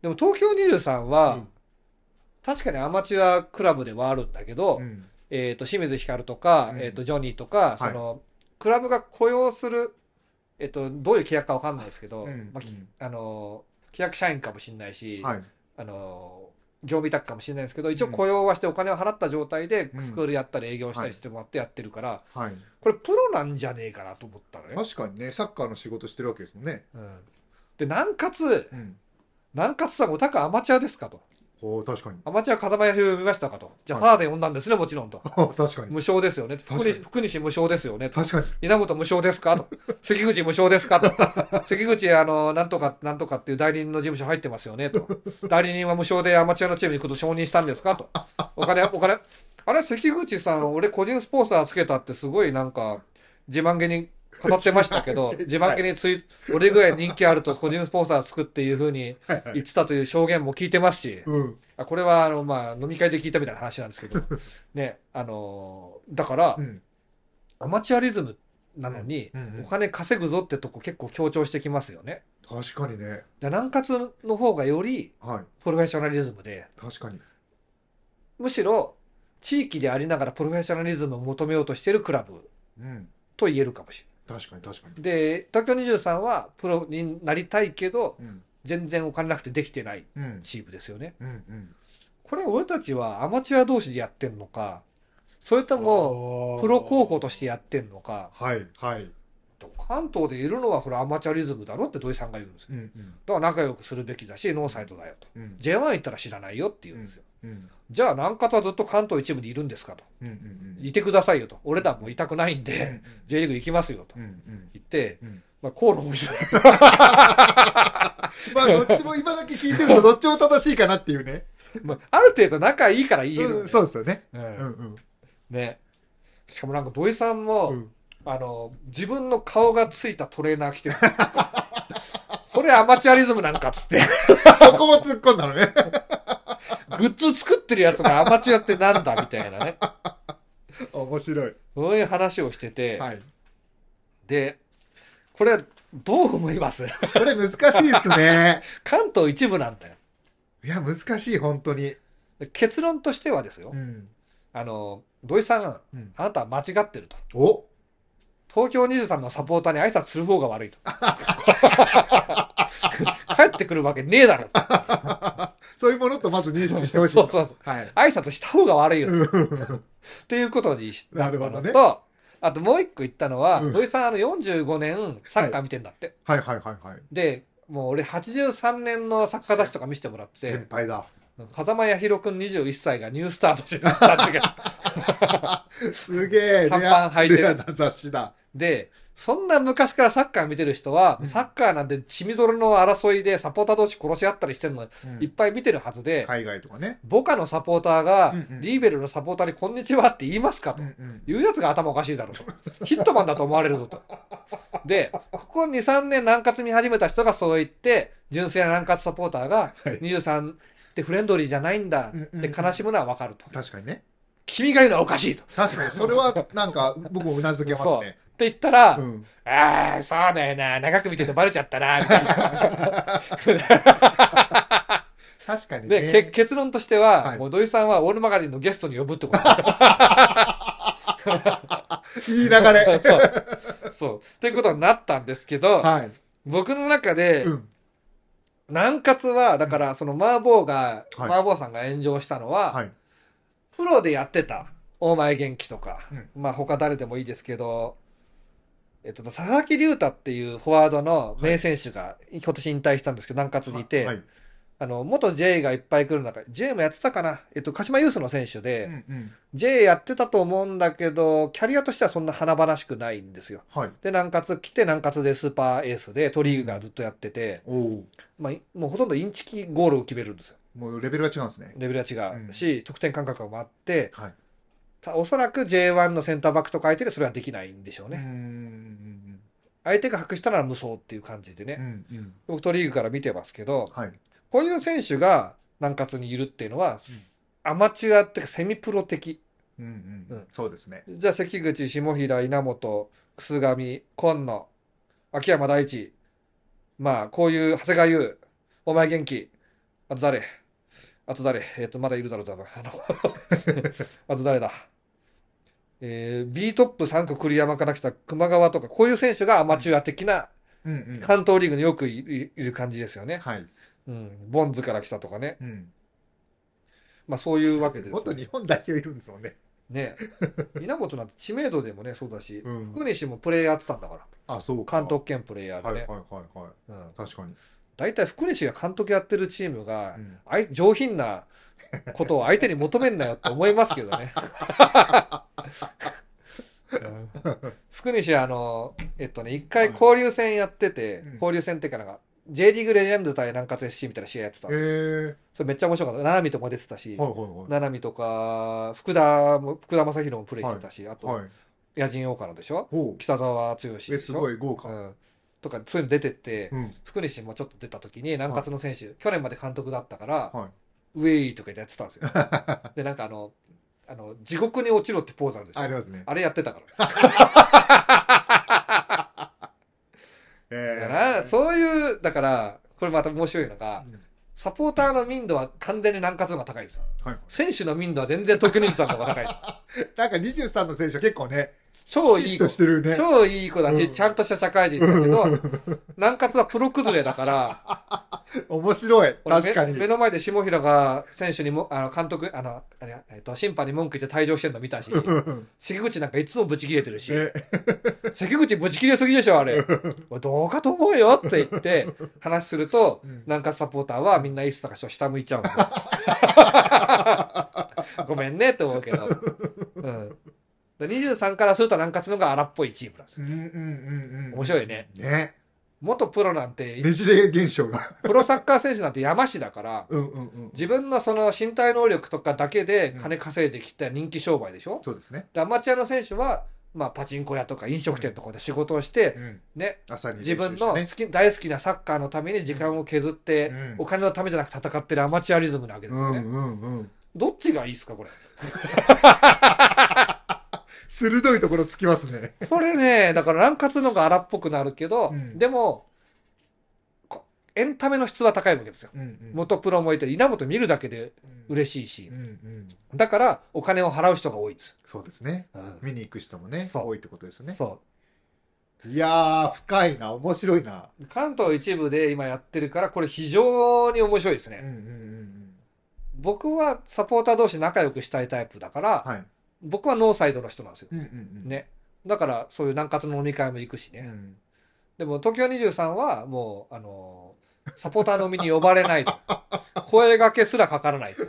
[SPEAKER 2] でも東京23は、
[SPEAKER 1] うん
[SPEAKER 2] 確かにアマチュアクラブではあるんだけど、
[SPEAKER 1] うん。
[SPEAKER 2] えー、と清水ひかるとか、
[SPEAKER 1] うん
[SPEAKER 2] えー、とジョニーとか、そのクラブが雇用する、えー、とどういう契約かわかんないですけど、
[SPEAKER 1] うん
[SPEAKER 2] まあき
[SPEAKER 1] うん
[SPEAKER 2] あのー契約社員かもしれないし、
[SPEAKER 1] はい。
[SPEAKER 2] あのー業務委託かもしれないですけど一応雇用はしてお金を払った状態で、
[SPEAKER 1] うん
[SPEAKER 2] スクールやったり営業したりしてもらってやってるから、
[SPEAKER 1] はい。
[SPEAKER 2] これプロなんじゃねえかなと思ったのね。
[SPEAKER 1] 確かにね、サッカーの仕事してるわけですもんね。
[SPEAKER 2] うん、で南葛
[SPEAKER 1] うん。
[SPEAKER 2] 南葛さんお宅アマチュアですかと。
[SPEAKER 1] ほう、確かに。
[SPEAKER 2] アマチュア風間弥生を見ましたかと。じゃあ、
[SPEAKER 1] はい
[SPEAKER 2] パーで呼んだんですね、もちろんと。
[SPEAKER 1] あ確かに。
[SPEAKER 2] 無償ですよね。福
[SPEAKER 1] 確かに
[SPEAKER 2] 西福西無償ですよね。と
[SPEAKER 1] 確かに。
[SPEAKER 2] 稲本無償ですかと。関口無償です かと。関口、あの、なんとか、なんとかっていう代理人の事務所入ってますよね。と。代理人は無償でアマチュアのチームに行くと承認したんですかと。お金、お金。あれ、関口さん、俺個人スポンサーつけたってすごいなんか、自慢げに語ってましたけ ど、自慢げについ、俺ぐらい人気あると個人スポンサーつくっていうふうに
[SPEAKER 1] はいは
[SPEAKER 2] 言
[SPEAKER 1] い。
[SPEAKER 2] ってたという証言も聞いてますし。
[SPEAKER 1] うん。
[SPEAKER 2] あこれはあの、まあ、飲み会で聞いたみたいな話なんですけど、ね、あのーだから、
[SPEAKER 1] うん。
[SPEAKER 2] アマチュアリズムなのに、
[SPEAKER 1] うんうんうん
[SPEAKER 2] お金稼ぐぞってとこ結構強調してきますよね。
[SPEAKER 1] 確かにね。
[SPEAKER 2] で南葛の方がより
[SPEAKER 1] はい。
[SPEAKER 2] プロフェッショナリズムで、
[SPEAKER 1] 確かに。
[SPEAKER 2] むしろ地域でありながらプロフェッショナリズムを求めようとしてるクラブ
[SPEAKER 1] うん。
[SPEAKER 2] と言えるかもし
[SPEAKER 1] 確かに、確かに。
[SPEAKER 2] れない。で、東京23はプロになりたいけど、
[SPEAKER 1] うん。
[SPEAKER 2] 全然お金なくてできてない
[SPEAKER 1] うん。
[SPEAKER 2] チームですよね。
[SPEAKER 1] うん。うん。
[SPEAKER 2] これ俺たちはアマチュア同士でやってんのか、それとも、
[SPEAKER 1] も
[SPEAKER 2] プロ候補としてやってんのか、
[SPEAKER 1] はい、はい。
[SPEAKER 2] 関東でいるのはそれアマチュアリズムだろって土井さんが言うんですよ。
[SPEAKER 1] うん。
[SPEAKER 2] だから仲良くするべきだし、ノーサイドだよと。
[SPEAKER 1] うん。
[SPEAKER 2] J1 行ったら知らないよって言うんですよ。
[SPEAKER 1] うん。
[SPEAKER 2] じゃあ、南方はずっと関東一部にいるんですかと。
[SPEAKER 1] うん。うん。
[SPEAKER 2] いてくださいよと。俺らもういたくないんで、J リーグ行きますよと
[SPEAKER 1] うん。うん。
[SPEAKER 2] 言って
[SPEAKER 1] うん、
[SPEAKER 2] まあ、口論をして、
[SPEAKER 1] まあ、どっちも今だけ聞い てると、どっちも正しいかなっていうね。
[SPEAKER 2] まあ、ある程度仲いいから言える
[SPEAKER 1] うんん、
[SPEAKER 2] だ
[SPEAKER 1] そ
[SPEAKER 2] よ
[SPEAKER 1] うですよね。
[SPEAKER 2] う
[SPEAKER 1] うんん。
[SPEAKER 2] ね。しかもなんか土井さん
[SPEAKER 1] う
[SPEAKER 2] も、
[SPEAKER 1] ん。
[SPEAKER 2] あの、自分の顔がついたトレーナー着てる。 それアマチュアリズムなんかっつって。
[SPEAKER 1] そこも突っ込んだの ね。
[SPEAKER 2] グッズ作ってるやつがアマチュアってなんだみたいなね。
[SPEAKER 1] 面白い。
[SPEAKER 2] そういう話をしてて、
[SPEAKER 1] はい。
[SPEAKER 2] で、これどう思います
[SPEAKER 1] これ難しいですね。
[SPEAKER 2] 関東一部なんだよ。
[SPEAKER 1] いや、難しい、本当に。
[SPEAKER 2] 結論としてはですよ。
[SPEAKER 1] ん。
[SPEAKER 2] あの、土井さん、
[SPEAKER 1] うん
[SPEAKER 2] あなたは間違ってると。
[SPEAKER 1] お
[SPEAKER 2] 東京23のサポーターに挨拶する方が 悪いと。 帰ってくるわけねえだろと。
[SPEAKER 1] そういうものとまず認識してほしい。
[SPEAKER 2] そうそうそう。
[SPEAKER 1] はい。
[SPEAKER 2] 挨拶した方が悪いよと。
[SPEAKER 1] うん
[SPEAKER 2] っていうことにし
[SPEAKER 1] なるほどね
[SPEAKER 2] と、あともう一個言ったのは、
[SPEAKER 1] うん
[SPEAKER 2] 土井さんあの45年サッカー見てんだって。
[SPEAKER 1] はいはいはいはい。
[SPEAKER 2] で、もう俺83年の作家出しとか見せてもらって
[SPEAKER 1] 先、輩だ。
[SPEAKER 2] 風間彌弘君21歳がニュースターとして 出したんだけど
[SPEAKER 1] すげえ、
[SPEAKER 2] 短パン履いてる
[SPEAKER 1] レアな雑誌だ。
[SPEAKER 2] で、そんな昔からサッカー見てる人は、
[SPEAKER 1] うん
[SPEAKER 2] サッカーなんて血みどろの争いでサポーター同士殺し合ったりしてるの
[SPEAKER 1] うん
[SPEAKER 2] いっぱい見てるはずで、
[SPEAKER 1] 海外とかね。
[SPEAKER 2] ボカのサポーターが
[SPEAKER 1] うんうん
[SPEAKER 2] リーベルのサポーターにこんにちはって言いますかと。言うやつが頭おかしいだろ うと。ヒットマンだと思われるぞと。で、ここ2、3年軟活見始めた人がそう言って、純正な軟活サポーターが、
[SPEAKER 1] はい
[SPEAKER 2] 23ってフレンドリーじゃないんだ
[SPEAKER 1] うんうん
[SPEAKER 2] って悲しむのはわかると。
[SPEAKER 1] 確かにね。
[SPEAKER 2] 君が言うのはおかしいと。っ
[SPEAKER 1] 確かに、それはなんか僕もうなずけますね。
[SPEAKER 2] て言ったら、
[SPEAKER 1] うん
[SPEAKER 2] ああ、そうだよな。長く見てるとバレちゃったな、み たい
[SPEAKER 1] 確かに
[SPEAKER 2] な。
[SPEAKER 1] ね。
[SPEAKER 2] で、け結論としては、
[SPEAKER 1] はい
[SPEAKER 2] もう土井さんはオールマガジンのゲストに呼ぶってこ
[SPEAKER 1] い
[SPEAKER 2] と。
[SPEAKER 1] い流 れ。
[SPEAKER 2] そう。そう。っていうことになったんですけど、
[SPEAKER 1] はい。
[SPEAKER 2] 僕の中で、
[SPEAKER 1] うん。
[SPEAKER 2] 南葛は、だから、その、麻婆が、
[SPEAKER 1] はい
[SPEAKER 2] 麻婆さんが炎上したのは、
[SPEAKER 1] はい。
[SPEAKER 2] プロでやってた、大前元気とか、
[SPEAKER 1] うん
[SPEAKER 2] まあ、他誰でもいいですけど、えっと、佐々木隆太っていうフォワードの名選手が、今年引退したんですけど、南葛にいて、
[SPEAKER 1] はい。
[SPEAKER 2] あの、元 J がいっぱい来る中、J もやってたかなえっと、鹿島ユースの選手で、
[SPEAKER 1] うんうん。
[SPEAKER 2] J やってたと思うんだけど、キャリアとしてはそんな華々しくないんですよ。
[SPEAKER 1] はい。
[SPEAKER 2] で、南葛来て、南葛でスーパーエースで、トリーグからずっとやってて、
[SPEAKER 1] おお。
[SPEAKER 2] まあ、いもうほとんどインチキゴールを決めるんですよ。
[SPEAKER 1] もうレベルが違うんですね。
[SPEAKER 2] レベルは違うし、得点感覚もあって、
[SPEAKER 1] はい。
[SPEAKER 2] たおそらく J1 のセンターバックと相手でそれはできないんでしょうね。
[SPEAKER 1] うーん。
[SPEAKER 2] 相手が隠したなら無双っていう感じでね。
[SPEAKER 1] うんうん。
[SPEAKER 2] 僕トリーグから見てますけど、
[SPEAKER 1] はい。
[SPEAKER 2] こういう選手が南葛にいるっていうのは、アマチュアっていうかセミプロ的。
[SPEAKER 1] うんう
[SPEAKER 2] うんん。
[SPEAKER 1] そうですね。
[SPEAKER 2] じゃあ関口、下平、稲本、楠上、今野、秋山大地、まあこういう長谷川優、お前元気、あと誰あと誰えっ、と、まだいるだろう、多分。あの あと誰だえー、B トップ3区栗山から来た熊川とか、こういう選手がアマチュア的な
[SPEAKER 1] うんうん。は
[SPEAKER 2] 関東リーグによくいいいる感じですよね。
[SPEAKER 1] い。
[SPEAKER 2] うん。ボンズから来たとかね。
[SPEAKER 1] うん。
[SPEAKER 2] まあそういうわけですよ
[SPEAKER 1] 元日本代表いるんですもんね。
[SPEAKER 2] ね。稲本なんて知名度でもね、そうだし、
[SPEAKER 1] うん
[SPEAKER 2] 福西もプレイやってたんだから。
[SPEAKER 1] あ、そうか。
[SPEAKER 2] 監督兼プレイヤー
[SPEAKER 1] はい
[SPEAKER 2] で
[SPEAKER 1] はい
[SPEAKER 2] ね。
[SPEAKER 1] はいはい。
[SPEAKER 2] うん
[SPEAKER 1] 確かに。
[SPEAKER 2] 大体、福西が監督やってるチームが
[SPEAKER 1] う、ん
[SPEAKER 2] あい上品なことを相手に求めんなよって思いますけど ね。うん福西はあの、えっとね、一回交流戦やってて、
[SPEAKER 1] うん
[SPEAKER 2] 交流戦っていうかなんか、J リーグレジェンド対南葛 SC みたいな試合やってたん
[SPEAKER 1] え
[SPEAKER 2] ですよ
[SPEAKER 1] ー。
[SPEAKER 2] それめっちゃ面白かった。七海とも出てたし、
[SPEAKER 1] はいはい
[SPEAKER 2] 七海とか、福田も、福田正宏もプレイしてたし、あと、
[SPEAKER 1] はい。はい。
[SPEAKER 2] 野人大野でしょ
[SPEAKER 1] ほう。
[SPEAKER 2] 北沢剛でしょ
[SPEAKER 1] え、すごい豪
[SPEAKER 2] う
[SPEAKER 1] 華。
[SPEAKER 2] ん。とか、そういうの出てって、
[SPEAKER 1] うん。
[SPEAKER 2] 福西もちょっと出た時に南葛の選手、去年まで監督だったから、
[SPEAKER 1] は
[SPEAKER 2] ウェイとかやってたん ですよでなんかあのあの地獄に落ちろってポーズあるでしょ
[SPEAKER 1] ありますね。
[SPEAKER 2] あれやってたから
[SPEAKER 1] え
[SPEAKER 2] だからそういうだからこれまた面白いのが
[SPEAKER 1] うん
[SPEAKER 2] サポーターの民度は完全に南葛の方が高いですよ
[SPEAKER 1] はい。
[SPEAKER 2] 選手の民度は全然徳西さんの方が高 い
[SPEAKER 1] なんか23の選手は結構ね、
[SPEAKER 2] 超
[SPEAKER 1] シ
[SPEAKER 2] い
[SPEAKER 1] ッ
[SPEAKER 2] い
[SPEAKER 1] と
[SPEAKER 2] 子
[SPEAKER 1] してるね。
[SPEAKER 2] 超いい子だし、
[SPEAKER 1] うん
[SPEAKER 2] ちゃんとした社会人だけ ど、南葛はプロ崩れだから、
[SPEAKER 1] 面白い。
[SPEAKER 2] 俺
[SPEAKER 1] 確かに。
[SPEAKER 2] 目目の前で下平が選手にも、あの、監督、あの、あれえっと、審判に文句言って退場してるの見たし、
[SPEAKER 1] うん
[SPEAKER 2] 関口なんかいつもブチ切れてるし、
[SPEAKER 1] ね
[SPEAKER 2] 関口ブチ切れすぎでしょ、あれ。おいどうかと思うよって言って、話すると、
[SPEAKER 1] うん
[SPEAKER 2] 南葛サポーターはみんな椅子とか下向いちゃうんだ ごめんねって思うけど。うん。で23からすると南葛の方が荒っぽいチームなんですよ。
[SPEAKER 1] うんうんうんうん。
[SPEAKER 2] 面白いね。
[SPEAKER 1] ね。
[SPEAKER 2] 元プロなんて、
[SPEAKER 1] ねじれ現象が。
[SPEAKER 2] プロサッカー選手なんて山師だから、
[SPEAKER 1] うんうんうん。
[SPEAKER 2] 自分のその身体能力とかだけで金稼いできた人気商売でしょ、
[SPEAKER 1] そうですね。
[SPEAKER 2] でアマチュアの選手は、まあ、パチンコ屋とか飲食店とかで仕事をして、
[SPEAKER 1] うん。
[SPEAKER 2] ね、
[SPEAKER 1] 朝に練習
[SPEAKER 2] 自分
[SPEAKER 1] して
[SPEAKER 2] の
[SPEAKER 1] ね
[SPEAKER 2] 好き、大好きなサッカーのために時間を削って、
[SPEAKER 1] うん
[SPEAKER 2] お金のためじゃなく戦ってるアマチュアリズムなわけですよね。
[SPEAKER 1] うんうんうん。
[SPEAKER 2] どっちがいいですか、これ。
[SPEAKER 1] 鋭いところつきますね。
[SPEAKER 2] これね、だから乱活のが荒っぽくなるけど、
[SPEAKER 1] うん
[SPEAKER 2] でもこエンタメの質は高いわけですよ。
[SPEAKER 1] うんうん
[SPEAKER 2] 元プロもいて、稲本見るだけで嬉しいし
[SPEAKER 1] うん、うん。
[SPEAKER 2] だからお金を払う人が多いんです。
[SPEAKER 1] そうですね。見に行く人もね、
[SPEAKER 2] そう
[SPEAKER 1] 多いってことですね。
[SPEAKER 2] そう。
[SPEAKER 1] いやー、深いな、面白いな。
[SPEAKER 2] 関東一部で今やってるから、これ非常に面白いで
[SPEAKER 1] う
[SPEAKER 2] す
[SPEAKER 1] ん
[SPEAKER 2] ね
[SPEAKER 1] う。んうんうん。
[SPEAKER 2] 僕はサポーター同士仲良くしたいタイプだから、
[SPEAKER 1] はい。
[SPEAKER 2] 僕はノーサイドの人なんですよ。
[SPEAKER 1] うんうんうん。。
[SPEAKER 2] ね。だから、そういう南葛の飲み会も行くしね。
[SPEAKER 1] うん。
[SPEAKER 2] でも、東京23は、もう、あのーサポーター飲みに呼ばれないと。声掛けすらかからないと。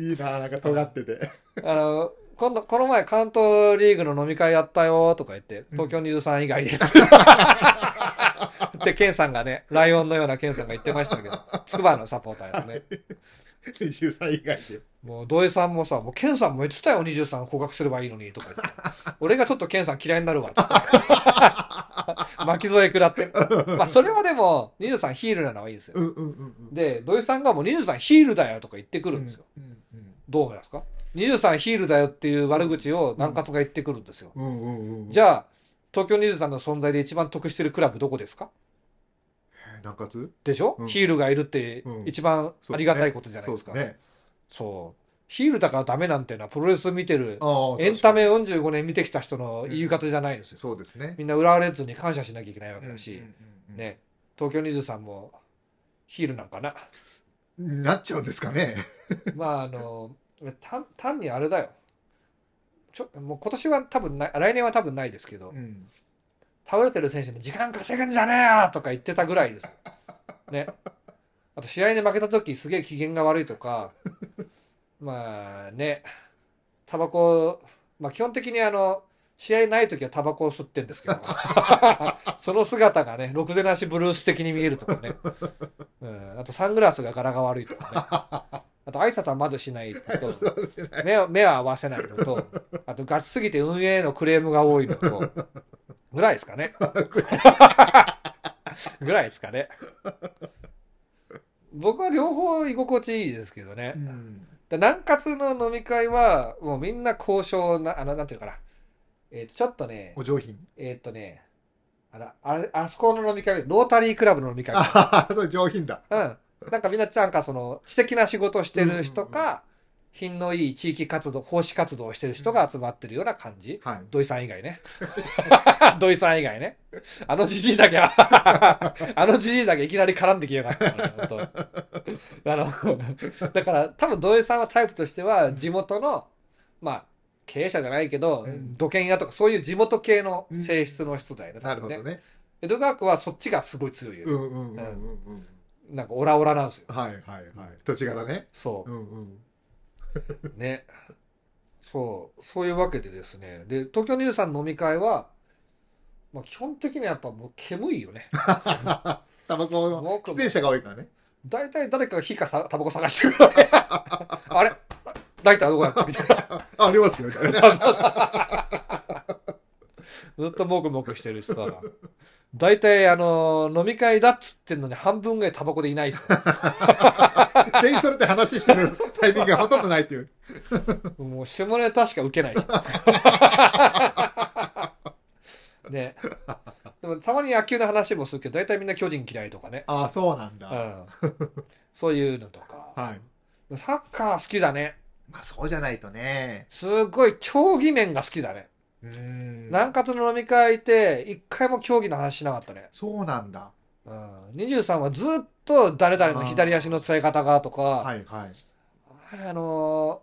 [SPEAKER 1] いいな、なんか尖ってて。
[SPEAKER 2] あの今度、この前関東リーグの飲み会やったよとか言って、東京23以外です。って、ケンさんがね、ライオンのようなケンさんが言ってましたけど、つくばのサポーターですね。
[SPEAKER 1] 23以外で。
[SPEAKER 2] もう土井さんもさ、もうケンさんも言ってたよ、23降格すればいいのに、とか 言って。俺がちょっとケンさん嫌いになるわ、つって。巻き添え食らって。まあ、それはでも、23ヒールなのはいいですよ。
[SPEAKER 1] うんうんうんうん。
[SPEAKER 2] で、土井さんがもう23ヒールだよ、とか言ってくるんですよ。
[SPEAKER 1] うんうん
[SPEAKER 2] どう思いますか ?23 ヒールだよっていう悪口を南葛が言ってくるんですよ。
[SPEAKER 1] うんうんうんうん。
[SPEAKER 2] じゃあ、東京23の存在で一番得してるクラブどこですか
[SPEAKER 1] 南葛
[SPEAKER 2] でしょ、
[SPEAKER 1] うん
[SPEAKER 2] ヒールがいるって
[SPEAKER 1] うん
[SPEAKER 2] 一番ありがたいことじゃない
[SPEAKER 1] そうで
[SPEAKER 2] で
[SPEAKER 1] すす
[SPEAKER 2] か。
[SPEAKER 1] ね。
[SPEAKER 2] そう。ヒールだからダメなんてのはプロレス見てる
[SPEAKER 1] ああ
[SPEAKER 2] エンタ
[SPEAKER 1] メ。
[SPEAKER 2] メ45年見てきた人の言い方じゃないんですよ。
[SPEAKER 1] そうですね。
[SPEAKER 2] みんな浦和レッズに感謝しなきゃいけないわけだ
[SPEAKER 1] う
[SPEAKER 2] し
[SPEAKER 1] ん、うんうん、
[SPEAKER 2] ね、東京23もヒールなんかな。
[SPEAKER 1] なっちゃうんですかね。
[SPEAKER 2] まああの、単単にあれだよ。ちょもう今年は多分ない、来年は多分ないですけど、
[SPEAKER 1] うん
[SPEAKER 2] 倒れてる選手に時間稼ぐんじゃねえよとか言ってたぐらいです。ね。あと試合で負けた時すげえ機嫌が悪いとか、 まあね、タバコ、まあ基本的にあの、試合ない時はタバコを吸ってんですけど、その姿がね、ろくでなしブルース的に見えるとかね。うん、あとサングラスが柄が悪いとかね。あと挨拶はまずしないと。
[SPEAKER 1] そうしない
[SPEAKER 2] 目を目は合わせないのと、あとガチすぎて運営へのクレームが多いのと、ぐらいですかね。ぐらいですかね。僕は両方居心地いいですけどね
[SPEAKER 1] う。ん
[SPEAKER 2] で南葛の飲み会は、もうみんな交渉な、あの、なんていうのかな。えっ、と、ちょっとね
[SPEAKER 1] お、上品。
[SPEAKER 2] えっ、とね、あら、あれ、あそこの飲み会、ロータリークラブの飲み会。
[SPEAKER 1] ああ、そう上品だ。
[SPEAKER 2] うん。なんかみんな、なんかその、知的な仕事をしてる人か、
[SPEAKER 1] うんうん
[SPEAKER 2] 品のいい地域活動、奉仕活動をしてる人が集まってるような感じ。
[SPEAKER 1] はい。
[SPEAKER 2] 土井さん以外ね。 土井さん以外ね。あのじじいだけ、あ のじじいだけいきなり絡んできやがったからね本当あの、だから多分土井さんはタイプとしては、地元の、まあ、経営者じゃないけど、
[SPEAKER 1] うん
[SPEAKER 2] 土建屋とかそういう地元系の性質の人だよね。
[SPEAKER 1] なるほど
[SPEAKER 2] ね。
[SPEAKER 1] ね。
[SPEAKER 2] 江戸川区はそっちがすごい強いよ
[SPEAKER 1] う
[SPEAKER 2] ね、
[SPEAKER 1] んうんうんうんうん。
[SPEAKER 2] なんかオラオラなんですよ。
[SPEAKER 1] はいはいはい。土地柄ね。
[SPEAKER 2] そう。
[SPEAKER 1] うんうん。
[SPEAKER 2] ね。そう、そういうわけでですね。で、東京23の飲み会は、まあ、基本的にはやっぱもう煙いよね。
[SPEAKER 1] タバコの喫煙者が多いからね。
[SPEAKER 2] 大体誰かが火かさタバコ探してるからね。あれライターどこやったみたいな。
[SPEAKER 1] あ、あり ますよ、 みたいな。
[SPEAKER 2] ずっともくもくしてるしさ。大体、あの、飲み会だっつってんのに半分ぐらいタバコでいないしさ。
[SPEAKER 1] 店員それって話してるタイミングがほとんどないっていう。
[SPEAKER 2] もう下ネタしか受けない。ね。でもたまに野球の話もするけど、大体みんな巨人嫌いとかね。
[SPEAKER 1] ああ、そうなんだ。
[SPEAKER 2] うんそういうのとか。
[SPEAKER 1] はい。
[SPEAKER 2] サッカー好きだね。
[SPEAKER 1] まあ、そうじゃないとね。
[SPEAKER 2] すごい競技面が好きだね。
[SPEAKER 1] うん
[SPEAKER 2] 南葛の飲み会って一回も競技の話しなかったね。
[SPEAKER 1] そうなんだ。
[SPEAKER 2] うん、23はずっと誰々の左足の使い方がとか、
[SPEAKER 1] はいはい。
[SPEAKER 2] あの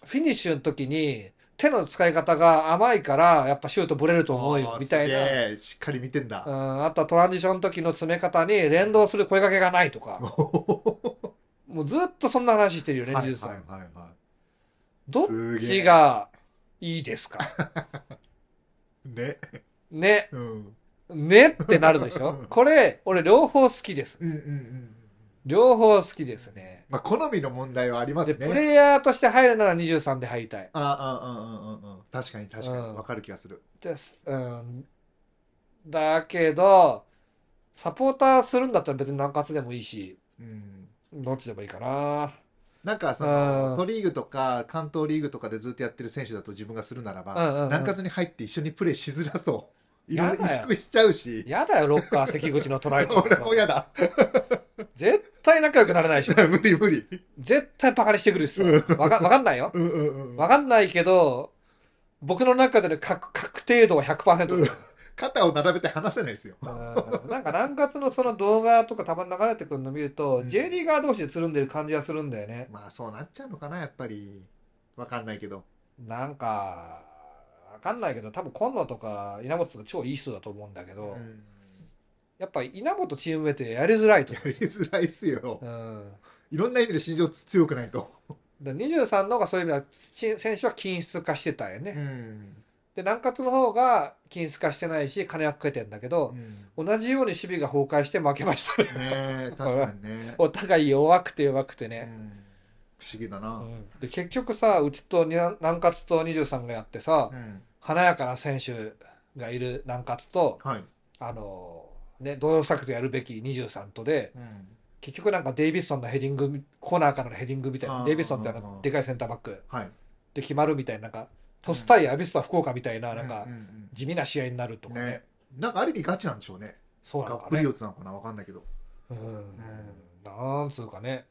[SPEAKER 2] ーフィニッシュの時に手の使い方が甘いからやっぱシュートブレると思うよみたい
[SPEAKER 1] あー
[SPEAKER 2] な。
[SPEAKER 1] すげえしっかり見てん
[SPEAKER 2] う
[SPEAKER 1] だ。
[SPEAKER 2] ん、あとはトランジションの時の詰め方に連動する声掛けがない とか。もうずっとそんな話してるよね、
[SPEAKER 1] はいはい
[SPEAKER 2] 23。
[SPEAKER 1] はいは
[SPEAKER 2] どっちがいいですか
[SPEAKER 1] い。ね。
[SPEAKER 2] ね、
[SPEAKER 1] うん。
[SPEAKER 2] ねってなるでし ょこれ、俺両方好きです。
[SPEAKER 1] うんうんうん。
[SPEAKER 2] 両方好きですね。
[SPEAKER 1] まあ、好みの問題はあります
[SPEAKER 2] で、
[SPEAKER 1] ね。
[SPEAKER 2] プレイヤーとして入るなら23で入りたい。
[SPEAKER 1] ああ、うんうんうんうんうん。確かに確かに。
[SPEAKER 2] うん
[SPEAKER 1] わかる気がする。
[SPEAKER 2] です。うん。だけど、サポーターするんだったら別に南葛でもいいし、
[SPEAKER 1] うん。
[SPEAKER 2] どっちでもいいかな。
[SPEAKER 1] なんかそ
[SPEAKER 2] うん
[SPEAKER 1] の、都リーグとか関東リーグとかでずっとやってる選手だと自分がするならば、
[SPEAKER 2] うんうんうん
[SPEAKER 1] 南葛に入って一緒にプレーしづらそう。いろ
[SPEAKER 2] や
[SPEAKER 1] いろ
[SPEAKER 2] だよ
[SPEAKER 1] 萎縮しちゃうし、
[SPEAKER 2] やだよ、ロッカー関口のトライとか
[SPEAKER 1] 俺
[SPEAKER 2] さ。
[SPEAKER 1] も嫌だ。
[SPEAKER 2] 絶対仲良くなれないでしょ。
[SPEAKER 1] 無理無理。
[SPEAKER 2] 絶対バカにしてくるしさ。わかわかんないよ。
[SPEAKER 1] うんうんうん
[SPEAKER 2] わかんないけど、僕の中での確確定度は100%です。
[SPEAKER 1] 肩を並べて話せないですよ。
[SPEAKER 2] うんなんか南葛のその動画とかたまに流れてくるの見ると、
[SPEAKER 1] うん
[SPEAKER 2] J リーガー同士でつるんでる感じがするんだよね。
[SPEAKER 1] まあそうなっちゃうのかな、やっぱり。わかんないけど。
[SPEAKER 2] なんか、わかんないけど、多分今野とか稲本とか超いい人だと思うんだけど、
[SPEAKER 1] うん
[SPEAKER 2] やっぱ稲本チームメイトやりづらいと
[SPEAKER 1] や。りづらいっすよ。
[SPEAKER 2] うん。
[SPEAKER 1] いろんな意味で心情強くないと。
[SPEAKER 2] で23の方がそういう意味ではち選手は均質化してたよね、
[SPEAKER 1] うん
[SPEAKER 2] で南葛の方が均質化してないし金はかけてんだけど、
[SPEAKER 1] ね
[SPEAKER 2] 同じように守備が崩壊して負けましたね
[SPEAKER 1] え 確かにね、
[SPEAKER 2] お互い弱くて弱くて
[SPEAKER 1] う
[SPEAKER 2] ね、
[SPEAKER 1] ん不思議だな、
[SPEAKER 2] で結局さうちとに南葛と23がやってさ、
[SPEAKER 1] うん
[SPEAKER 2] 華やかな選手がいる南葛と
[SPEAKER 1] はい、
[SPEAKER 2] あのね同様策でやるべき23とで
[SPEAKER 1] うん
[SPEAKER 2] 結局なんかデイビスソンのヘディングコーナーからのヘディングみたい
[SPEAKER 1] あ
[SPEAKER 2] な
[SPEAKER 1] ー
[SPEAKER 2] デイビスソンってあ
[SPEAKER 1] あ
[SPEAKER 2] の
[SPEAKER 1] ー
[SPEAKER 2] でかいセンターバック
[SPEAKER 1] はい
[SPEAKER 2] で決まるみたいななんかトス対アビスパ福岡みたいななんか
[SPEAKER 1] ううん
[SPEAKER 2] 地味な試合になると
[SPEAKER 1] うん
[SPEAKER 2] かね
[SPEAKER 1] ねなんかある意味ガチなんでしょうね
[SPEAKER 2] そうな
[SPEAKER 1] が
[SPEAKER 2] の
[SPEAKER 1] っ
[SPEAKER 2] か
[SPEAKER 1] ぷり
[SPEAKER 2] ね
[SPEAKER 1] 四つなのかなわかんないけど
[SPEAKER 2] うんなんつうかね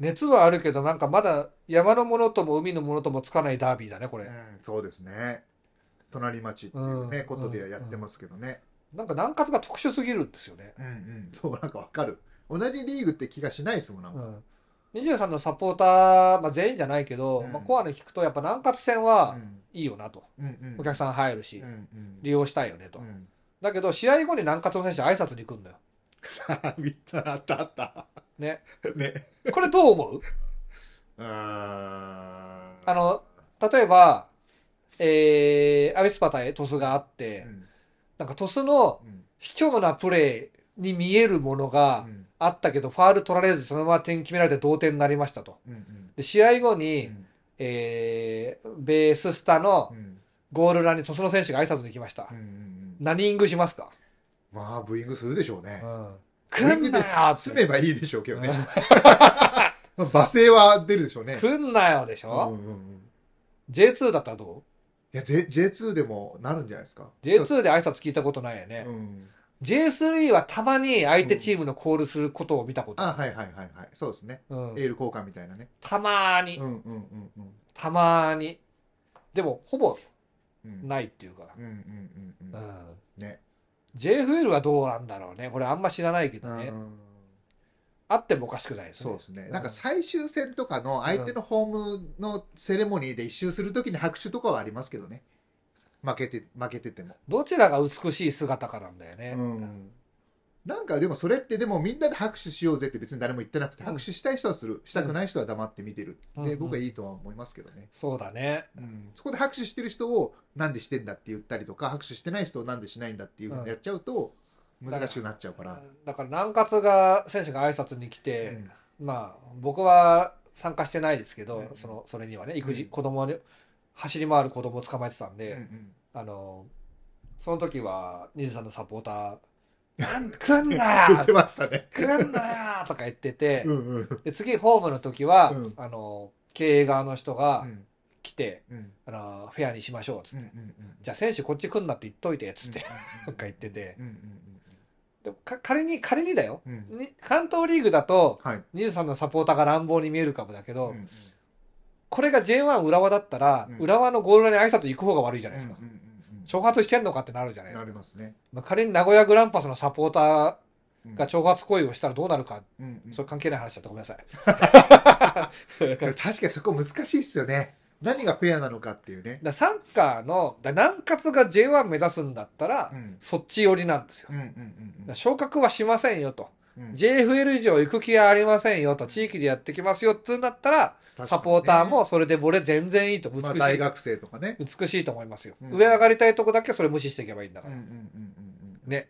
[SPEAKER 2] 熱はあるけどなんかまだ山のものとも海のものともつかないダービーだねこれ、
[SPEAKER 1] うんそうですね隣町っていうね、
[SPEAKER 2] うん
[SPEAKER 1] ことでやってますけどね
[SPEAKER 2] なんか南葛が特殊すぎるんですよね、
[SPEAKER 1] うんうんそうなんかわかる同じリーグって気がしないですもんなん
[SPEAKER 2] う
[SPEAKER 1] か、
[SPEAKER 2] ん、23のサポーター、まあ、全員じゃないけど、
[SPEAKER 1] うん
[SPEAKER 2] まあ、コアに聞くとやっぱ南葛戦
[SPEAKER 1] う
[SPEAKER 2] は
[SPEAKER 1] ん
[SPEAKER 2] いいよなと、
[SPEAKER 1] うんうん、
[SPEAKER 2] お客さん入るし、
[SPEAKER 1] うんうん
[SPEAKER 2] 利用したいよねと、
[SPEAKER 1] うん
[SPEAKER 2] だけど試合後に南葛の選手挨拶に行くんだよ
[SPEAKER 1] さあ3つあったあった
[SPEAKER 2] ね
[SPEAKER 1] ね
[SPEAKER 2] これどう思う
[SPEAKER 1] あ
[SPEAKER 2] あの例えばえー、アビスパ対トスがあって、
[SPEAKER 1] うん
[SPEAKER 2] なんかトスの
[SPEAKER 1] うん
[SPEAKER 2] 卑怯なプレーに見えるものが、
[SPEAKER 1] うん
[SPEAKER 2] あったけど、ファール取られず、そのまま点決められて同点になりましたと。
[SPEAKER 1] うんうん
[SPEAKER 2] で、試合後
[SPEAKER 1] う
[SPEAKER 2] に、
[SPEAKER 1] ん
[SPEAKER 2] えー、ベーススタ
[SPEAKER 1] う
[SPEAKER 2] の
[SPEAKER 1] ん
[SPEAKER 2] ゴール裏に鳥栖の選手が挨拶に来ました。
[SPEAKER 1] うんうん
[SPEAKER 2] 何イングしますか
[SPEAKER 1] まあブーイングするでしょうね
[SPEAKER 2] うん。
[SPEAKER 1] ブーイン
[SPEAKER 2] 来
[SPEAKER 1] グ
[SPEAKER 2] んな
[SPEAKER 1] で
[SPEAKER 2] よ
[SPEAKER 1] 済めばいいでしょうけどねまあ罵声は出るでしょうね
[SPEAKER 2] 来んなよでし
[SPEAKER 1] うん
[SPEAKER 2] ょ、
[SPEAKER 1] うんうんい
[SPEAKER 2] ?J2 だったらど
[SPEAKER 1] や J- J2 でもなるんじゃないですか
[SPEAKER 2] う ?J2 で挨拶聞いたことないよね
[SPEAKER 1] う。ん
[SPEAKER 2] J3 はたまに相手チームのコールすることを見たこと
[SPEAKER 1] あ
[SPEAKER 2] あ
[SPEAKER 1] はいはいはいはいそうですね
[SPEAKER 2] る。う
[SPEAKER 1] エ
[SPEAKER 2] ん
[SPEAKER 1] ール交換みたいなね
[SPEAKER 2] たまーに
[SPEAKER 1] う、んうんうんうん
[SPEAKER 2] たまーに。でも、ほぼ
[SPEAKER 1] うん
[SPEAKER 2] ないっていうか。
[SPEAKER 1] うんうんうん
[SPEAKER 2] う
[SPEAKER 1] うん
[SPEAKER 2] ん。
[SPEAKER 1] ね
[SPEAKER 2] JFL はどうなんだろうね。これあんま知らないけどね。
[SPEAKER 1] うん
[SPEAKER 2] あってもおかしくないですね。
[SPEAKER 1] そうですね。なんか
[SPEAKER 2] うん
[SPEAKER 1] 最終戦とかの相手のホームのセレモニーで一周するときに拍手とかはありますけどね。負けて、負けてても。
[SPEAKER 2] どちらが美しい姿かなんだよね。
[SPEAKER 1] うんなんかでもそれってでもみんなで拍手しようぜって別に誰も言ってなくて、
[SPEAKER 2] うん
[SPEAKER 1] 拍手したい人はする。したくない人は黙って見てる。
[SPEAKER 2] うんう
[SPEAKER 1] で、
[SPEAKER 2] ん
[SPEAKER 1] 僕はいいとは思いますけどね。
[SPEAKER 2] そうだね。
[SPEAKER 1] うんそこで拍手してる人をなんでしてんだって言ったりとか、拍手してない人をなんでしないんだっていうふうにやっちゃうと難しくなっちゃうから。
[SPEAKER 2] だから南葛が選手が挨拶に来て、
[SPEAKER 1] うん
[SPEAKER 2] まあ僕は参加してないですけど、
[SPEAKER 1] うん
[SPEAKER 2] そのそれにはね育児、
[SPEAKER 1] うん
[SPEAKER 2] 子供に走り回る子供を捕まえてたんで、
[SPEAKER 1] うん
[SPEAKER 2] あのその時は23のサポーター「なん来んな
[SPEAKER 1] 言っ
[SPEAKER 2] よ
[SPEAKER 1] てましたね。
[SPEAKER 2] 来んなよ!」とか言ってて、
[SPEAKER 1] うんうんうん
[SPEAKER 2] で次ホームの時は、
[SPEAKER 1] うん
[SPEAKER 2] あの経営側の人が来て、
[SPEAKER 1] うん
[SPEAKER 2] あのフェアにしましょうっつ
[SPEAKER 1] う
[SPEAKER 2] っ
[SPEAKER 1] ん
[SPEAKER 2] て、
[SPEAKER 1] うん
[SPEAKER 2] じゃあ選手こっち来んなって言っといてっつって、
[SPEAKER 1] う
[SPEAKER 2] なんんか言ってて、
[SPEAKER 1] うんうん
[SPEAKER 2] でもか仮に仮にだよ、
[SPEAKER 1] うんうんうん
[SPEAKER 2] に関東リーグだと
[SPEAKER 1] はい
[SPEAKER 2] 23のサポーターが乱暴に見えるかもだけ
[SPEAKER 1] う
[SPEAKER 2] ど、
[SPEAKER 1] んうん
[SPEAKER 2] これが J1 浦和だったら、
[SPEAKER 1] うん
[SPEAKER 2] 浦和のゴール裏に挨拶行く方が悪いじゃないですか、
[SPEAKER 1] うんうんうん
[SPEAKER 2] 挑発してんのかってなるじゃないです
[SPEAKER 1] な
[SPEAKER 2] か、
[SPEAKER 1] りますね
[SPEAKER 2] まあ、仮に名古屋グランパスのサポーター
[SPEAKER 1] うん
[SPEAKER 2] が挑発行為をしたらどうなるか、
[SPEAKER 1] うんうん
[SPEAKER 2] それ関係ない話だったごめんなさい だ
[SPEAKER 1] 確かにそこ難しいっすよね何がフェアなのかっていうね
[SPEAKER 2] からサッカーのだから南葛が J1 目指すんだったら、
[SPEAKER 1] うん
[SPEAKER 2] そっち寄りなんですよ、
[SPEAKER 1] うんうん
[SPEAKER 2] だから昇格はしませんよと、
[SPEAKER 1] うんうん
[SPEAKER 2] JFL 以上行く気はありませんよと地域でやってきますよっつうんだったら、サポーターもそれで俺全然いいと美し
[SPEAKER 1] まあ
[SPEAKER 2] い、
[SPEAKER 1] 大学生とかね
[SPEAKER 2] 美しいと思いますよ、
[SPEAKER 1] うん
[SPEAKER 2] 上上がりたいとこだけそれ無視していけばいいんだ
[SPEAKER 1] う
[SPEAKER 2] か
[SPEAKER 1] んう
[SPEAKER 2] ら、
[SPEAKER 1] んうんうんうん
[SPEAKER 2] ね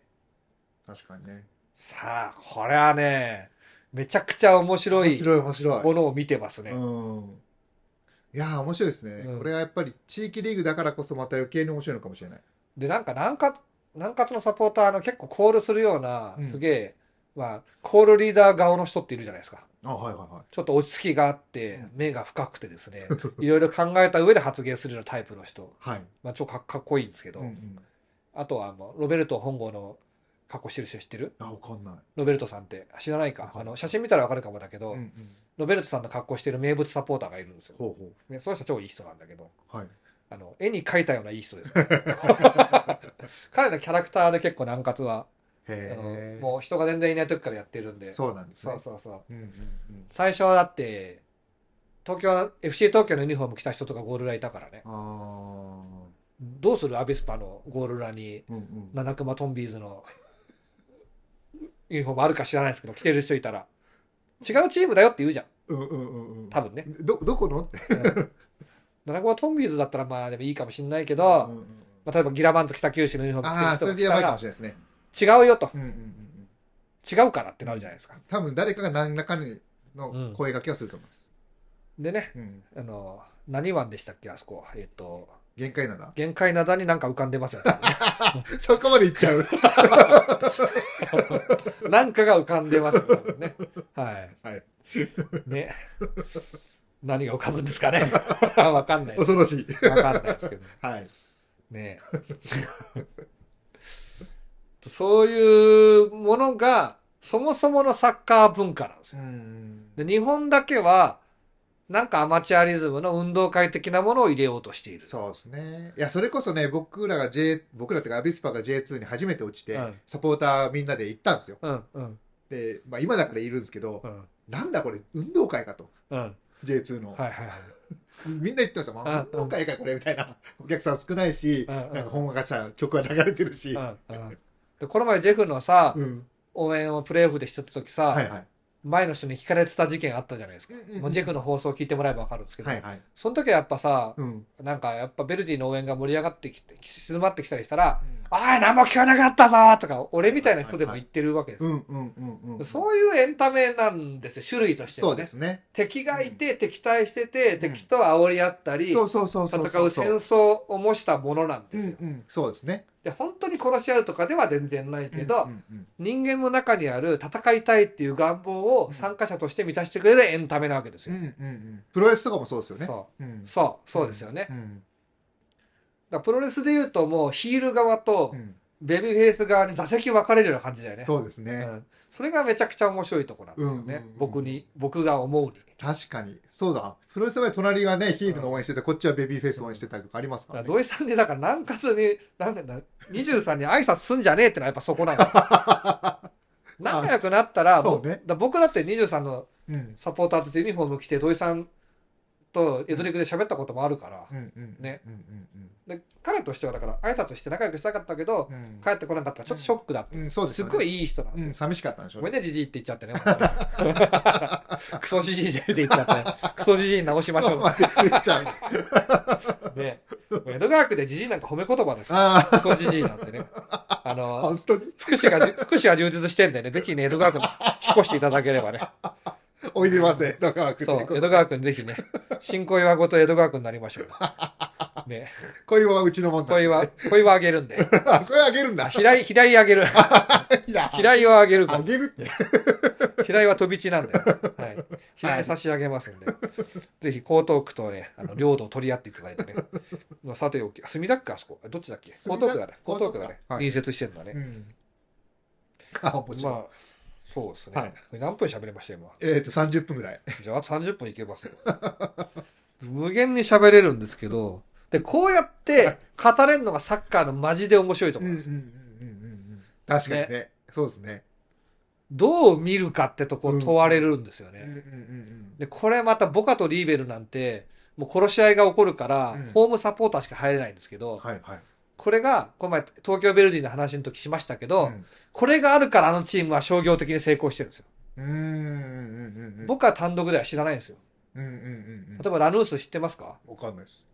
[SPEAKER 1] 確かにね
[SPEAKER 2] さあこれはねめちゃくちゃ面白
[SPEAKER 1] 面
[SPEAKER 2] い
[SPEAKER 1] 白い面白い
[SPEAKER 2] ものを見てますね、
[SPEAKER 1] うんいやー面白いですね、
[SPEAKER 2] うん
[SPEAKER 1] これはやっぱり地域リーグだからこそまた余計に面白いのかもしれない
[SPEAKER 2] でなんか南葛南葛のサポーターの結構コールするような
[SPEAKER 1] うん
[SPEAKER 2] すげえ、まあ、コールリーダー顔の人っているじゃないですか
[SPEAKER 1] あはいはいはい
[SPEAKER 2] ちょっと落ち着きがあって
[SPEAKER 1] うん
[SPEAKER 2] 目が深くてですね いろいろ考えた上で発言するようなタイプの人、
[SPEAKER 1] はい、
[SPEAKER 2] まあ、ちょっとかかっこいいんですけど、
[SPEAKER 1] うんうん、
[SPEAKER 2] あとはあのロベルト本郷の格好してる人知ってる
[SPEAKER 1] あわかんない、
[SPEAKER 2] ロベルトさんって知らない
[SPEAKER 1] わ
[SPEAKER 2] か
[SPEAKER 1] かんな
[SPEAKER 2] あ
[SPEAKER 1] い
[SPEAKER 2] の写真見たらわかるかもだけど、
[SPEAKER 1] うんうん、
[SPEAKER 2] ロベルトさんの格好してる名物サポーターがいるんですよ、
[SPEAKER 1] ほうほ
[SPEAKER 2] ね、その人超いい人なんだけど
[SPEAKER 1] うはい
[SPEAKER 2] あの絵に描いたようないい人です 彼のキャラクターで結構南葛はあの
[SPEAKER 1] へえ
[SPEAKER 2] もう人が全然いない時からやってるんで
[SPEAKER 1] そうなんです
[SPEAKER 2] そ
[SPEAKER 1] ね
[SPEAKER 2] うそうそ
[SPEAKER 1] う
[SPEAKER 2] う
[SPEAKER 1] んうんうん
[SPEAKER 2] 最初はだって東京 FC 東京のユニフォーム着た人とかゴール裏いたからね
[SPEAKER 1] ああ
[SPEAKER 2] どうするアビスパのゴール裏に
[SPEAKER 1] うんうん
[SPEAKER 2] 七熊トンビーズのユニフォームあるか知らないですけど着てる人いたら違うチームだよって言うじゃん
[SPEAKER 1] うんうんうんうん
[SPEAKER 2] 多分ね。
[SPEAKER 1] どどこのって、
[SPEAKER 2] 七子はトンビーズだったらまあでもいいかもしれないけ
[SPEAKER 1] う
[SPEAKER 2] ど、
[SPEAKER 1] んうんうん
[SPEAKER 2] まあ、例えばギラバンズ北九州のユニフォー
[SPEAKER 1] あ
[SPEAKER 2] ム
[SPEAKER 1] あ
[SPEAKER 2] 着て
[SPEAKER 1] それ
[SPEAKER 2] る
[SPEAKER 1] で
[SPEAKER 2] 人
[SPEAKER 1] や
[SPEAKER 2] が
[SPEAKER 1] ばい
[SPEAKER 2] 来
[SPEAKER 1] かも
[SPEAKER 2] た
[SPEAKER 1] しれないですね、
[SPEAKER 2] ら違うよと
[SPEAKER 1] うんうんうんうん、
[SPEAKER 2] 違うからってなるじゃないですか。
[SPEAKER 1] 多分誰かが何らかの声掛けをすると思います、
[SPEAKER 2] でね
[SPEAKER 1] うん
[SPEAKER 2] あの何湾でしたっけあそこえっ、と
[SPEAKER 1] 限界なんだ
[SPEAKER 2] 限界灘になんか浮かん でますよ、多分ね
[SPEAKER 1] そこまでいっちゃう
[SPEAKER 2] なんかが浮かんでますよ多分ねはい
[SPEAKER 1] はい
[SPEAKER 2] ね何が浮かぶんですかね わかんないです
[SPEAKER 1] 恐ろしい
[SPEAKER 2] わかんないですけど
[SPEAKER 1] はい
[SPEAKER 2] ねそういうものがそもそものサッカー文化なんですよ
[SPEAKER 1] うん
[SPEAKER 2] で日本だけはなんかアマチュアリズムの運動会的なものを入れようとしている
[SPEAKER 1] そうですね。いや、それこそね、僕らが J、僕らっていうか、アビスパが J2 に初めて落ちて、
[SPEAKER 2] はい
[SPEAKER 1] サポーターみんなで行ったんですよ。
[SPEAKER 2] うんうん
[SPEAKER 1] で、まあ今だからいるんですけど、
[SPEAKER 2] うん
[SPEAKER 1] なんだこれ、運動会かと。
[SPEAKER 2] うんはい
[SPEAKER 1] J2 の。
[SPEAKER 2] はいはい
[SPEAKER 1] みんな言ってました。まあ
[SPEAKER 2] うん
[SPEAKER 1] 運動会かこれみたいな。お客さん少ないし、
[SPEAKER 2] うんうん
[SPEAKER 1] なんか本がさ、曲が流れてるし。
[SPEAKER 2] うんうんでこの前ジェフのさ、
[SPEAKER 1] うん。
[SPEAKER 2] 応援をプレーオフでしてた時さ、
[SPEAKER 1] はいはい。前
[SPEAKER 2] 前の人に聞かれてた事件あったじゃないですか、もうジェフの放送を聞いてもらえば分かるんですけど、
[SPEAKER 1] はいはい。
[SPEAKER 2] その時はやっぱさ
[SPEAKER 1] うん。
[SPEAKER 2] なんかやっぱベルディの応援が盛り上がってきて静まってきたりしたら「ああ何も聞かなくなったぞ!」とか俺みたいな人でも言ってるわけです、
[SPEAKER 1] うんうんうんうん。
[SPEAKER 2] そういうエンタメなんですよ種類として
[SPEAKER 1] そ
[SPEAKER 2] は
[SPEAKER 1] うで
[SPEAKER 2] ね
[SPEAKER 1] すね。
[SPEAKER 2] 敵がいて敵対してて敵と煽り合ったり、
[SPEAKER 1] そうそうそうそ
[SPEAKER 2] 戦
[SPEAKER 1] う
[SPEAKER 2] う
[SPEAKER 1] そ
[SPEAKER 2] 戦
[SPEAKER 1] う。
[SPEAKER 2] う戦争を模したものなんで
[SPEAKER 1] う
[SPEAKER 2] すよ、
[SPEAKER 1] んうん。そうですね。
[SPEAKER 2] で本当に殺し合うとかでは全然ないけど、
[SPEAKER 1] うんうん
[SPEAKER 2] 人間の中にある戦いたいっていう願望を参加者として満たしてくれるエンタメなわけです
[SPEAKER 1] うん
[SPEAKER 2] よ。
[SPEAKER 1] うんうん。プロレスとかもそうですよね。
[SPEAKER 2] そう
[SPEAKER 1] うん
[SPEAKER 2] そうそうですよね。だ
[SPEAKER 1] う
[SPEAKER 2] か
[SPEAKER 1] ん
[SPEAKER 2] らプロレスで言うともうヒール側と
[SPEAKER 1] うん
[SPEAKER 2] ベビーフェイス側に座席分かれるような感じだよね。
[SPEAKER 1] そうです
[SPEAKER 2] う
[SPEAKER 1] ね。
[SPEAKER 2] んそれがめちゃくちゃ面白いとこなんですよ
[SPEAKER 1] う
[SPEAKER 2] ね。
[SPEAKER 1] んうんうん
[SPEAKER 2] 僕に僕が思うに。
[SPEAKER 1] 確かに。そうだ。プロレスの場合、隣がね、ヒールの応援してて、こっちはベビーフェイスの応援してたりとかあります
[SPEAKER 2] だ
[SPEAKER 1] か
[SPEAKER 2] からら
[SPEAKER 1] ね。
[SPEAKER 2] 土井さんでだから南葛になんかな23に挨拶すんじゃねえってのはやっぱそこな んですよ。仲良くなったらも
[SPEAKER 1] そうね
[SPEAKER 2] だから僕だって23の
[SPEAKER 1] うん。
[SPEAKER 2] サポーターとしてユニフォーム着て土井さんとエドリックで喋ったこともあるから。
[SPEAKER 1] うんうん。
[SPEAKER 2] ね
[SPEAKER 1] うんうん
[SPEAKER 2] で彼としてはだから挨拶して仲良くしたかったけど、
[SPEAKER 1] うんうん。
[SPEAKER 2] 帰ってこなかったからちょっとショックだった、
[SPEAKER 1] うん、そうです
[SPEAKER 2] す
[SPEAKER 1] よ
[SPEAKER 2] っ
[SPEAKER 1] ね
[SPEAKER 2] ごいいい人なんで
[SPEAKER 1] うん、
[SPEAKER 2] すよ、
[SPEAKER 1] 寂しかったんでしょう
[SPEAKER 2] ごめ
[SPEAKER 1] ね。
[SPEAKER 2] んねじじいって言っちゃってね 本当にクソじじいって言っちゃって、ね、クソじじいに直しまし
[SPEAKER 1] そ
[SPEAKER 2] ょ
[SPEAKER 1] こまでついち ゃう。
[SPEAKER 2] うね江戸川区でじじいなんか褒め言葉ですよ
[SPEAKER 1] あ
[SPEAKER 2] クソじじいなんてねあ
[SPEAKER 1] あ、
[SPEAKER 2] の
[SPEAKER 1] 本当に。
[SPEAKER 2] 福祉が福祉は充実してんでねぜひね江戸川区に引っ越していただければね
[SPEAKER 1] おいでません。だから、
[SPEAKER 2] そう 江
[SPEAKER 1] こ
[SPEAKER 2] 戸川区にぜひね新小岩ごと江戸川区になりましょうね
[SPEAKER 1] 恋はうちのもんだ。
[SPEAKER 2] 小岩小岩あげるんで
[SPEAKER 1] あ、これあげるんだ。
[SPEAKER 2] 平井平井あげる
[SPEAKER 1] いや
[SPEAKER 2] 平井はあげるから
[SPEAKER 1] あげるって。
[SPEAKER 2] 平井は飛び地なんだよ。はい。平井差し上げますんで。ぜひ江東区とね、あの領土を取り合っていただいてね。まあさておき、あ墨田区か、あそこ。どっちだっけ江
[SPEAKER 1] 墨
[SPEAKER 2] 東
[SPEAKER 1] 田
[SPEAKER 2] 区だね。江東区だね
[SPEAKER 1] 江東。区はい
[SPEAKER 2] 隣接してんだね。
[SPEAKER 1] ん。あ、面白い。
[SPEAKER 2] まあ、そうですね。
[SPEAKER 1] はい
[SPEAKER 2] これ何分喋れました今。
[SPEAKER 1] えっと、30分ぐらい。
[SPEAKER 2] じゃあ、あと30分いけますよ。 無限に喋れるんですけど、で、こうやって語れるのがサッカーのマジで面白いと思う。
[SPEAKER 1] うん。確かにね。そうですね。
[SPEAKER 2] どう見るかってとこを問われるんですよね。
[SPEAKER 1] ん
[SPEAKER 2] で、これまたボカとリーベルなんて、もう殺し合いが起こるから、
[SPEAKER 1] うん
[SPEAKER 2] ホームサポーターしか入れないんですけど、
[SPEAKER 1] はいはい。
[SPEAKER 2] これが、この前、東京ベルディの話の時しましたけど、
[SPEAKER 1] うん
[SPEAKER 2] これがあるからあのチームは商業的に成功してるんですよ。
[SPEAKER 1] うんうんうんうん。
[SPEAKER 2] 僕は単独では知らないんですよ。
[SPEAKER 1] うんうんうんうん。
[SPEAKER 2] 例えばラヌース知ってますか
[SPEAKER 1] わかんないです。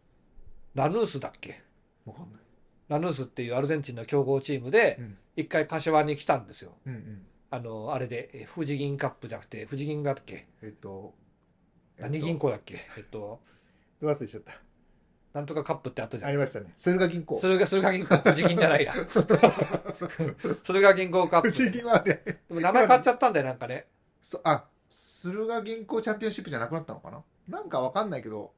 [SPEAKER 2] ラヌースだっけ
[SPEAKER 1] わかんない。
[SPEAKER 2] ラヌースっていうアルゼンチンの強豪チームで
[SPEAKER 1] う、ん
[SPEAKER 2] 一回柏に来たんですよ。
[SPEAKER 1] うんうん。
[SPEAKER 2] あの、あれで、え富士銀カップじゃなくて、富士銀だっけ
[SPEAKER 1] えっと、
[SPEAKER 2] 何銀行だっけえっと、
[SPEAKER 1] どう忘れしちゃった。
[SPEAKER 2] なんとかカップってあったじゃん
[SPEAKER 1] あ。りましたね。駿河銀行。
[SPEAKER 2] 駿河駿河銀行、富士銀じゃない や。駿河銀行カップ。
[SPEAKER 1] 富士銀はね、
[SPEAKER 2] でも名前変わっちゃったんだよ、なんかね。
[SPEAKER 1] そあ、駿河銀行チャンピオンシップじゃなくなったのかななんかわかんないけど、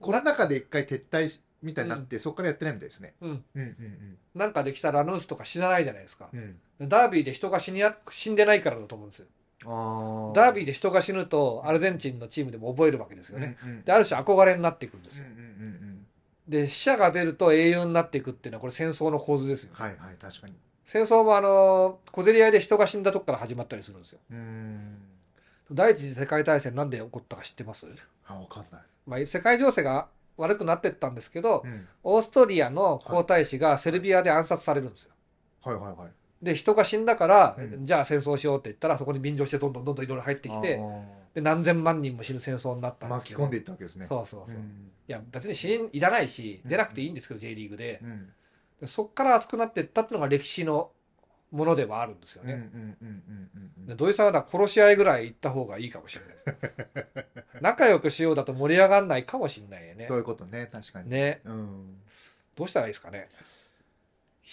[SPEAKER 1] コロナ禍で一回撤退しみたいになって、そこからやってないみたいですね。
[SPEAKER 2] うん。
[SPEAKER 1] うんうん
[SPEAKER 2] なんかできたラノースとか死なないじゃないですか
[SPEAKER 1] う。ん。うん、
[SPEAKER 2] ダービーで人が死にや死んでないからだと思うんですよ。
[SPEAKER 1] あ
[SPEAKER 2] ダービー
[SPEAKER 1] ー
[SPEAKER 2] で人が死ぬと、アルゼンチンのチームでも覚えるわけです
[SPEAKER 1] で
[SPEAKER 2] よね。。
[SPEAKER 1] うんうん、
[SPEAKER 2] で、ある種憧れになっていくんです
[SPEAKER 1] うん
[SPEAKER 2] よ。
[SPEAKER 1] うんうんうん。
[SPEAKER 2] で、死者が出ると英雄になっていくっていうのは、これ戦争の構図ですよ。
[SPEAKER 1] はいはい、確かに。
[SPEAKER 2] 戦争もあのー、小競り合いで人が死んだとこから始まったりするんですよ。
[SPEAKER 1] うーん。
[SPEAKER 2] 第一次世界大戦なんで起こったか知ってます
[SPEAKER 1] あ、わかんない。
[SPEAKER 2] まあ、世界情勢が悪くなってったんですけど、
[SPEAKER 1] うん。
[SPEAKER 2] オーストリアの皇太子がセルビアで暗殺されるんですよ。
[SPEAKER 1] はいはいはい。
[SPEAKER 2] で人が死んだから、
[SPEAKER 1] うん
[SPEAKER 2] じゃあ戦争しようって言ったらそこに便乗してどんどんどんどんいろいろ入ってき
[SPEAKER 1] あ
[SPEAKER 2] て
[SPEAKER 1] ー
[SPEAKER 2] で何千万人も死ぬ戦争になったんで
[SPEAKER 1] 巻
[SPEAKER 2] すけ
[SPEAKER 1] き
[SPEAKER 2] ど
[SPEAKER 1] 込んでいったわけですね。
[SPEAKER 2] そうそうそう、い
[SPEAKER 1] ん
[SPEAKER 2] や別に死因いらないし
[SPEAKER 1] うん
[SPEAKER 2] 出なくていいんですけど、J リーグで
[SPEAKER 1] う、ん
[SPEAKER 2] でそっから熱くなっていったっていうのが歴史のものではあるんですよ
[SPEAKER 1] うんうん
[SPEAKER 2] ね、
[SPEAKER 1] うんうんう
[SPEAKER 2] で
[SPEAKER 1] ん
[SPEAKER 2] 土井さんはだから殺し合いぐらい行った方がいいかもしれないです 仲良くしようだと盛り上がんないかもしれないよね
[SPEAKER 1] そういうことね、確かに。
[SPEAKER 2] ね
[SPEAKER 1] うん
[SPEAKER 2] どうしたらいいですかね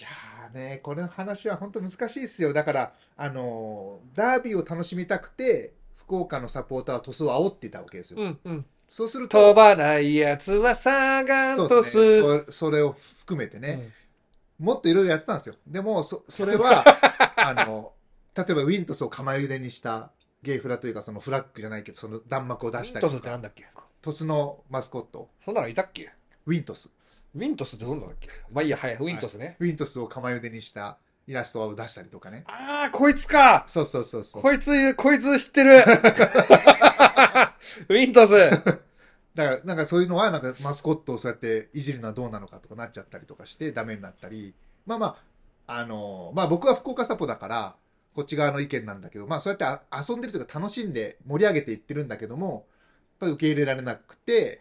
[SPEAKER 1] いやーね、これの話は本当難しいですよ。だから、あのーダービーを楽しみたくて、福岡のサポーターは鳥栖を煽っていたわけですよ。
[SPEAKER 2] うんうん
[SPEAKER 1] そうすると、
[SPEAKER 2] 飛ばないやつはサーガン
[SPEAKER 1] そう
[SPEAKER 2] ト
[SPEAKER 1] で
[SPEAKER 2] ス
[SPEAKER 1] すねそそれを含めて
[SPEAKER 2] う
[SPEAKER 1] ね、
[SPEAKER 2] ん
[SPEAKER 1] もっといろいろやってたんですよ。でも、そそれ は、あの、例えばウィントスを釜茹でにしたゲイフラというか、そのフラッグじゃないけど、その弾幕を出
[SPEAKER 2] ウィ
[SPEAKER 1] し
[SPEAKER 2] ン
[SPEAKER 1] たり
[SPEAKER 2] トス
[SPEAKER 1] と
[SPEAKER 2] って
[SPEAKER 1] か、
[SPEAKER 2] なんだっけ
[SPEAKER 1] 鳥栖のマスコット、
[SPEAKER 2] そんなのいたっけ
[SPEAKER 1] ウィントス。
[SPEAKER 2] ウィントスってどんなのだっけまあいいや、はい、ウィントスね。
[SPEAKER 1] ウィントスを釜茹でにしたイラストを出したりとかね。
[SPEAKER 2] ああ、こいつか
[SPEAKER 1] そうそうそうそう。
[SPEAKER 2] こいつ、こいつ知っ てるウィントス
[SPEAKER 1] だから、なんかそういうのは、なんかマスコットをそうやっていじるのはどうなのかとかなっちゃったりとかして、ダメになったり、まあまあ、あのーまあ僕は福岡サポだから、こっち側の意見なんだけど、まあそうやってあ遊んでるというか楽しんで盛り上げていってるんだけども、やっぱり受け入れられなくて、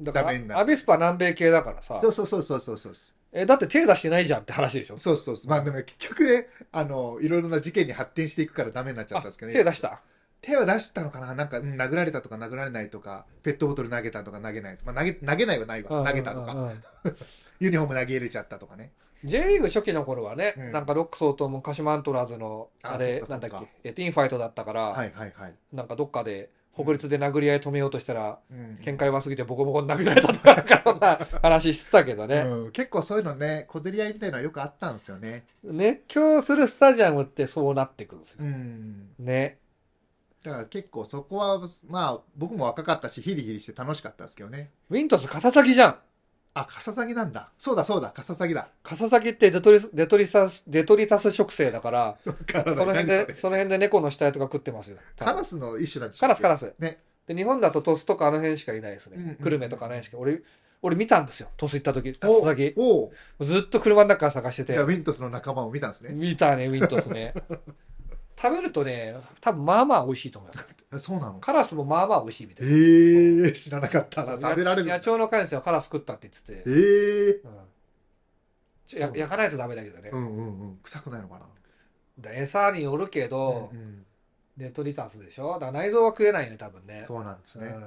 [SPEAKER 2] だか
[SPEAKER 1] ダメにな
[SPEAKER 2] ら、
[SPEAKER 1] る
[SPEAKER 2] アビスパ南米系だからさ
[SPEAKER 1] そ。うそうそうそうそうそう。
[SPEAKER 2] え、だって手出してないじゃんって話でしょ
[SPEAKER 1] そうそうそう。まあでも結局ね、あのーいろいろな事件に発展していくからダメになっちゃったんですけどね。
[SPEAKER 2] 手出した
[SPEAKER 1] 手は出したのかななんか、うん殴られたとか殴られないとか、ペットボトル投げたとか投げないとか、まあ、投げ、投げないはないわ。投げたと
[SPEAKER 2] うんう
[SPEAKER 1] か、
[SPEAKER 2] んうん。
[SPEAKER 1] ユニフォーム投げ入れちゃったとかね。
[SPEAKER 2] J リーグ初期の頃はね、
[SPEAKER 1] うん
[SPEAKER 2] なんかロック総統も鹿島アントラーズの、
[SPEAKER 1] あ
[SPEAKER 2] あれ
[SPEAKER 1] そっ、か
[SPEAKER 2] な
[SPEAKER 1] そっ
[SPEAKER 2] ん
[SPEAKER 1] か
[SPEAKER 2] だっけ、えティーンファイトだったから、
[SPEAKER 1] はいはいはい。
[SPEAKER 2] なんかどっかで、北立で殴り合い止めようとしたら、
[SPEAKER 1] うん
[SPEAKER 2] 見解はすぎてボコボコに殴られたとか、なんかそんな話してたけどね。
[SPEAKER 1] うん、結構そういうのね小競り合いみたいなのはよくあったんですよね
[SPEAKER 2] 熱狂するスタジアムってそうなってくるんですよ。
[SPEAKER 1] うん
[SPEAKER 2] ね。
[SPEAKER 1] だから結構そこはまあ僕も若かったしヒリヒリして楽しかったですけどね
[SPEAKER 2] ウィントス、笠崎じゃん。
[SPEAKER 1] あカササギなんだそうだそうだカササギだ
[SPEAKER 2] 笠崎ってデトリスデトリタス、デトリタス植生だから、
[SPEAKER 1] そ
[SPEAKER 2] その辺で、その辺で猫の死体とか食ってますよ。
[SPEAKER 1] カラスの一種なんでしょ
[SPEAKER 2] カラス、カラス。
[SPEAKER 1] ね
[SPEAKER 2] で、日本だとトスとかあの辺しかいないですね。
[SPEAKER 1] うんうん
[SPEAKER 2] 久留米とかあの辺しか。俺、俺見たんですよ。トス行った時、
[SPEAKER 1] お
[SPEAKER 2] 笠崎。
[SPEAKER 1] おう
[SPEAKER 2] ずっと車の中から探して
[SPEAKER 1] じ
[SPEAKER 2] て
[SPEAKER 1] ゃあ。ウィントスの仲間を見たんですね
[SPEAKER 2] 見たね、ウィントス ね。食べるとね、多分まあまあ美味しいと思います。
[SPEAKER 1] えそうなの
[SPEAKER 2] カラスもまあまあ美味しいみた
[SPEAKER 1] え
[SPEAKER 2] いな。
[SPEAKER 1] ー、知らなかったな食べられるんだ
[SPEAKER 2] 野鳥の飼い主さんはカラス食ったって言
[SPEAKER 1] え
[SPEAKER 2] ってて、
[SPEAKER 1] ー、
[SPEAKER 2] うんちょや焼かないとダメだけどね、
[SPEAKER 1] うんうんうん臭くないのかな
[SPEAKER 2] で餌によるけど、
[SPEAKER 1] うんうん
[SPEAKER 2] デトリタスでしょだから内臓は食えないよね多分ね
[SPEAKER 1] そうなんですね、
[SPEAKER 2] う
[SPEAKER 1] へ
[SPEAKER 2] ん